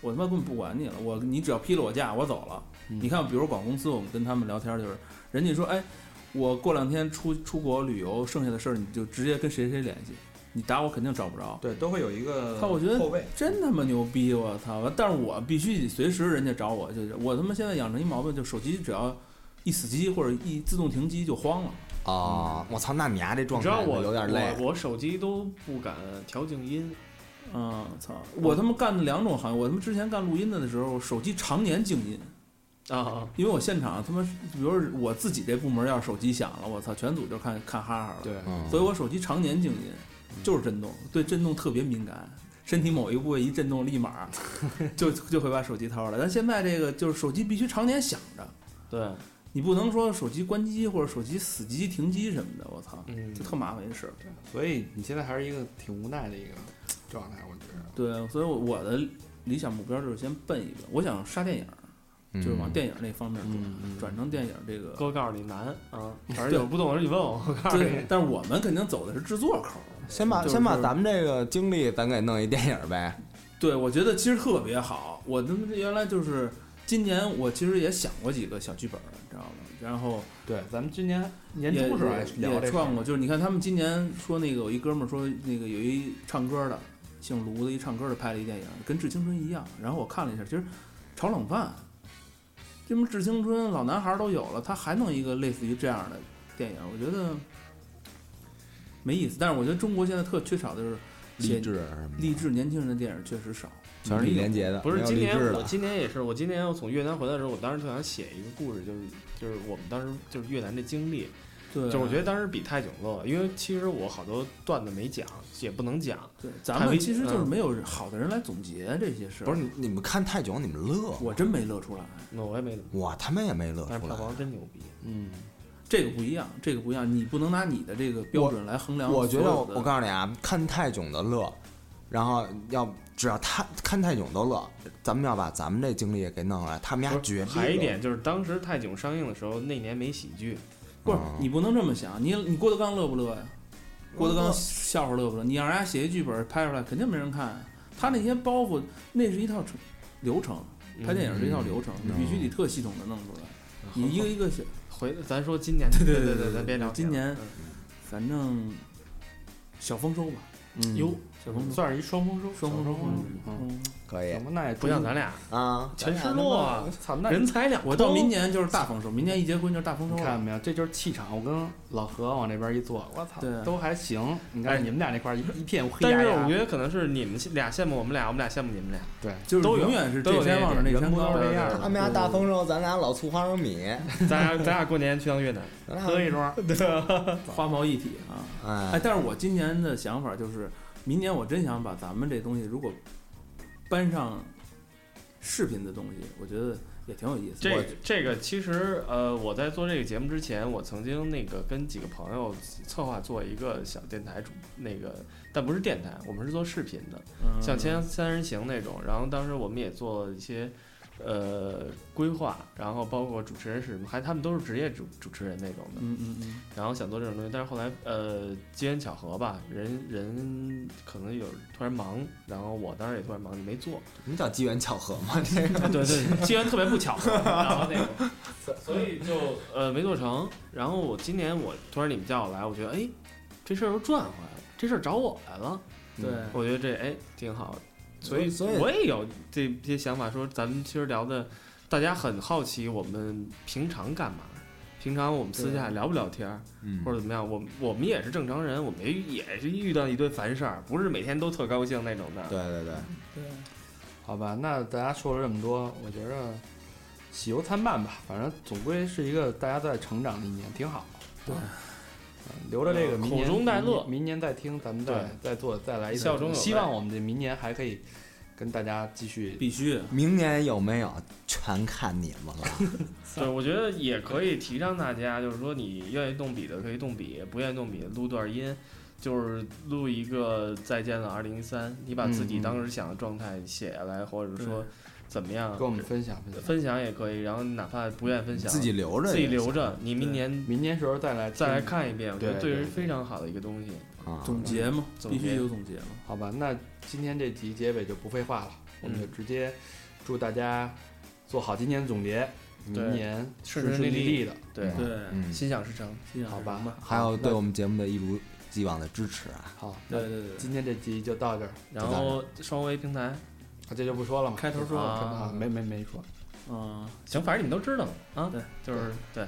我他妈根本不管你了，我你只要批了我假，我走了。嗯你看，比如广公司，我们跟他们聊天就是，人家说，哎，我过两天出出国旅游，剩下的事儿你就直接跟谁谁联系，你打我肯定找不着。对，都会有一个但我觉得后卫，真他妈牛逼，我操！但是我必须得随时人家找我，就是我他妈现在养成一毛病，就手机只要一死机或者一自动停机就慌了。哦，我操，那你丫这你状知态道我有点累。我我手机都不敢调静音，嗯，操！我他妈干了两种行业，我他妈之前干录音的的时候，手机常年静音，啊，因为我现场他妈，比如说我自己这部门要是手机响了，我操，全组就看看哈哈了。，对，嗯所以我手机常年静音，就是震动，对震动特别敏感，身体某一部位一震动，立马就就会把手机掏出来。但现在这个就是手机必须常年响着，对，你不能说手机关机或者手机死机停机什么的，我操，嗯就，特麻烦一事儿。所以你现在还是一个挺无奈的一个状态，我觉得。对，所以我我的理想目标就是先奔一奔，我想杀电影，嗯就是嗯往电影那方面转，嗯转成电影这个哥告诉你难啊，反正有不懂的你问我，我告诉 你对，，但是我们肯定走的是制作口儿。先把就是先把咱们这个经历，咱给弄一电影呗。对，我觉得其实特别好。我他妈原来就是今年，我其实也想过几个小剧本儿，你知道吗？然后对，咱们今年也年初时候还聊也这创个，过，就是你看他们今年说那个有一哥们儿说那个有一唱歌的，姓卢的一唱歌的拍了一电影，跟《致青春》一样。然后我看了一下，其实炒冷饭，这么《致青春》老男孩儿都有了，他还弄一个类似于这样的电影，我觉得没意思。但是我觉得中国现在特缺少的就是写励志什么的，励志年轻人的电影确实少，全是李连杰的，不是没有今励年志我的。啊今年也是，我今年我从越南回来的时候，我当时特想写一个故事，就是就是我们当时就是越南的经历，对，啊就是我觉得当时比泰囧乐了，因为其实我好多段子没讲，也不能讲。对，咱还们没其实就是嗯没有人好的人来总结这些事儿。不是，你你们看泰囧，你们乐，我真没乐出来，那我也没怎么，我他妈也没乐但出是票来。房真牛逼。嗯，这个不一样，这个不一样，你不能拿你的这个标准来衡量我觉所得有我的我告诉你啊，看泰囧的乐，然后要只要他看泰囧都乐，咱们要把咱们这经历也给弄出来，他们家不是绝还一逼乐。点就是当时泰囧上映的时候，那年没喜剧，不是嗯你不能这么想，你你郭德纲乐不乐呀？郭德纲乐笑话乐不乐？你让人家写一剧本拍出来，肯定没人看。啊他那些包袱，那是一套程流程，拍电影是一套流程，嗯你必须得特系统的弄出来。你一个一个写，嗯回咱说 今年，对对对对对对，对咱别聊嗯今年了反正小丰收吧，嗯嗯哟，小丰收，算是一双丰收，双丰收，嗯，嗯可以什么那也不像咱俩啊，全失落啊，咱俩他妈，操，人财两空我到明年就是大丰收，明年一结婚就是大丰那收你看了见。没有？这就是气场。我跟老何往这边一坐，我操对，啊都还行。你哎看你们俩那块儿一一片黑但压是我压，觉得可能是你们俩羡慕我们俩，我们俩羡慕你 们俩。对，就是都有永远是都这有天那望着那人天不高都是的这样对他们家大丰收，咱俩老醋花生米，咱俩咱俩过年去趟越南，咱 喝俩一桌，花毛一体啊！哎哎，，但是我今年的想法就是，明年我真想把咱们这东西如果搬上视频的东西，我觉得也挺有意思。这我这个其实呃，我在做这个节目之前，我曾经那个跟几个朋友策划做一个小电台主那个，但不是电台，我们是做视频的，嗯像《锵锵三人行》那种。然后当时我们也做了一些呃规划，然后包括主持人是什么，还他们都是职业主主持人那种的。嗯嗯嗯，然后想做这种东西，但是后来呃机缘巧合吧，人人可能有突然忙，然后我当时也突然忙，就没 做。什么叫机缘巧合嘛？这 个对对，机缘特别不巧合，然后那个，所以就呃没做成。然后我今年我突然你们叫我来，我觉得哎，这事儿又转回来了，这事儿找我来了，对，我觉得这哎挺好的。所以所以我也有这些想法，说咱们其实聊的，大家很好奇我们平常干嘛。平常我们私下聊不聊天儿，嗯或者怎么样？我们我们也是正常人，我们也也是遇到一堆烦事儿，不是每天都特高兴那种的。对对对，好吧，那大家说了这么多，我觉着喜忧参半吧，反正总归是一个大家都在成长的一年，挺好。对啊，留着这个明年呃口中带乐明明年再听，咱们再对再做再来一次笑中有希望我们这明年还可以跟大家继续必须明年有没有全看你们了。对，我觉得也可以提倡大家，就是说你愿意动笔的可以动笔，不愿意动笔的录段音，就是录一个再见了二零一三，你把自己嗯嗯当时想的状态写下来，或者说怎么样跟我们分享分享。分享也可以，然后哪怕不愿意分享，自己留着也行，自己留着，你明对年明年时候再来再来听，看一遍，我觉得对对对人非常好的一个东西。啊，总结嘛，总必结须有嗯总结嘛。好吧？那今天这集结尾就不废话了，我们就直接祝大家做好今年的总结，对明年顺顺顺利利利的，对，嗯对，嗯，心想事成。心想好事成吧？还有对那我们节目的一如既往的支持啊。好，那对对对对，今天这集就到这儿，然后双微平台，啊这就不说了嘛。开头说啊，啊没没没说，嗯，行，反正你们都知道嘛啊，对，就是 对，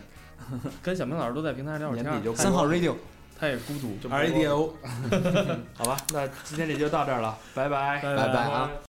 跟小明老师都在平台聊会儿年天儿底，就三号 radio，他也孤独，就不 R A D O，好吧？那今天这就到这儿了，拜拜。拜拜拜啊。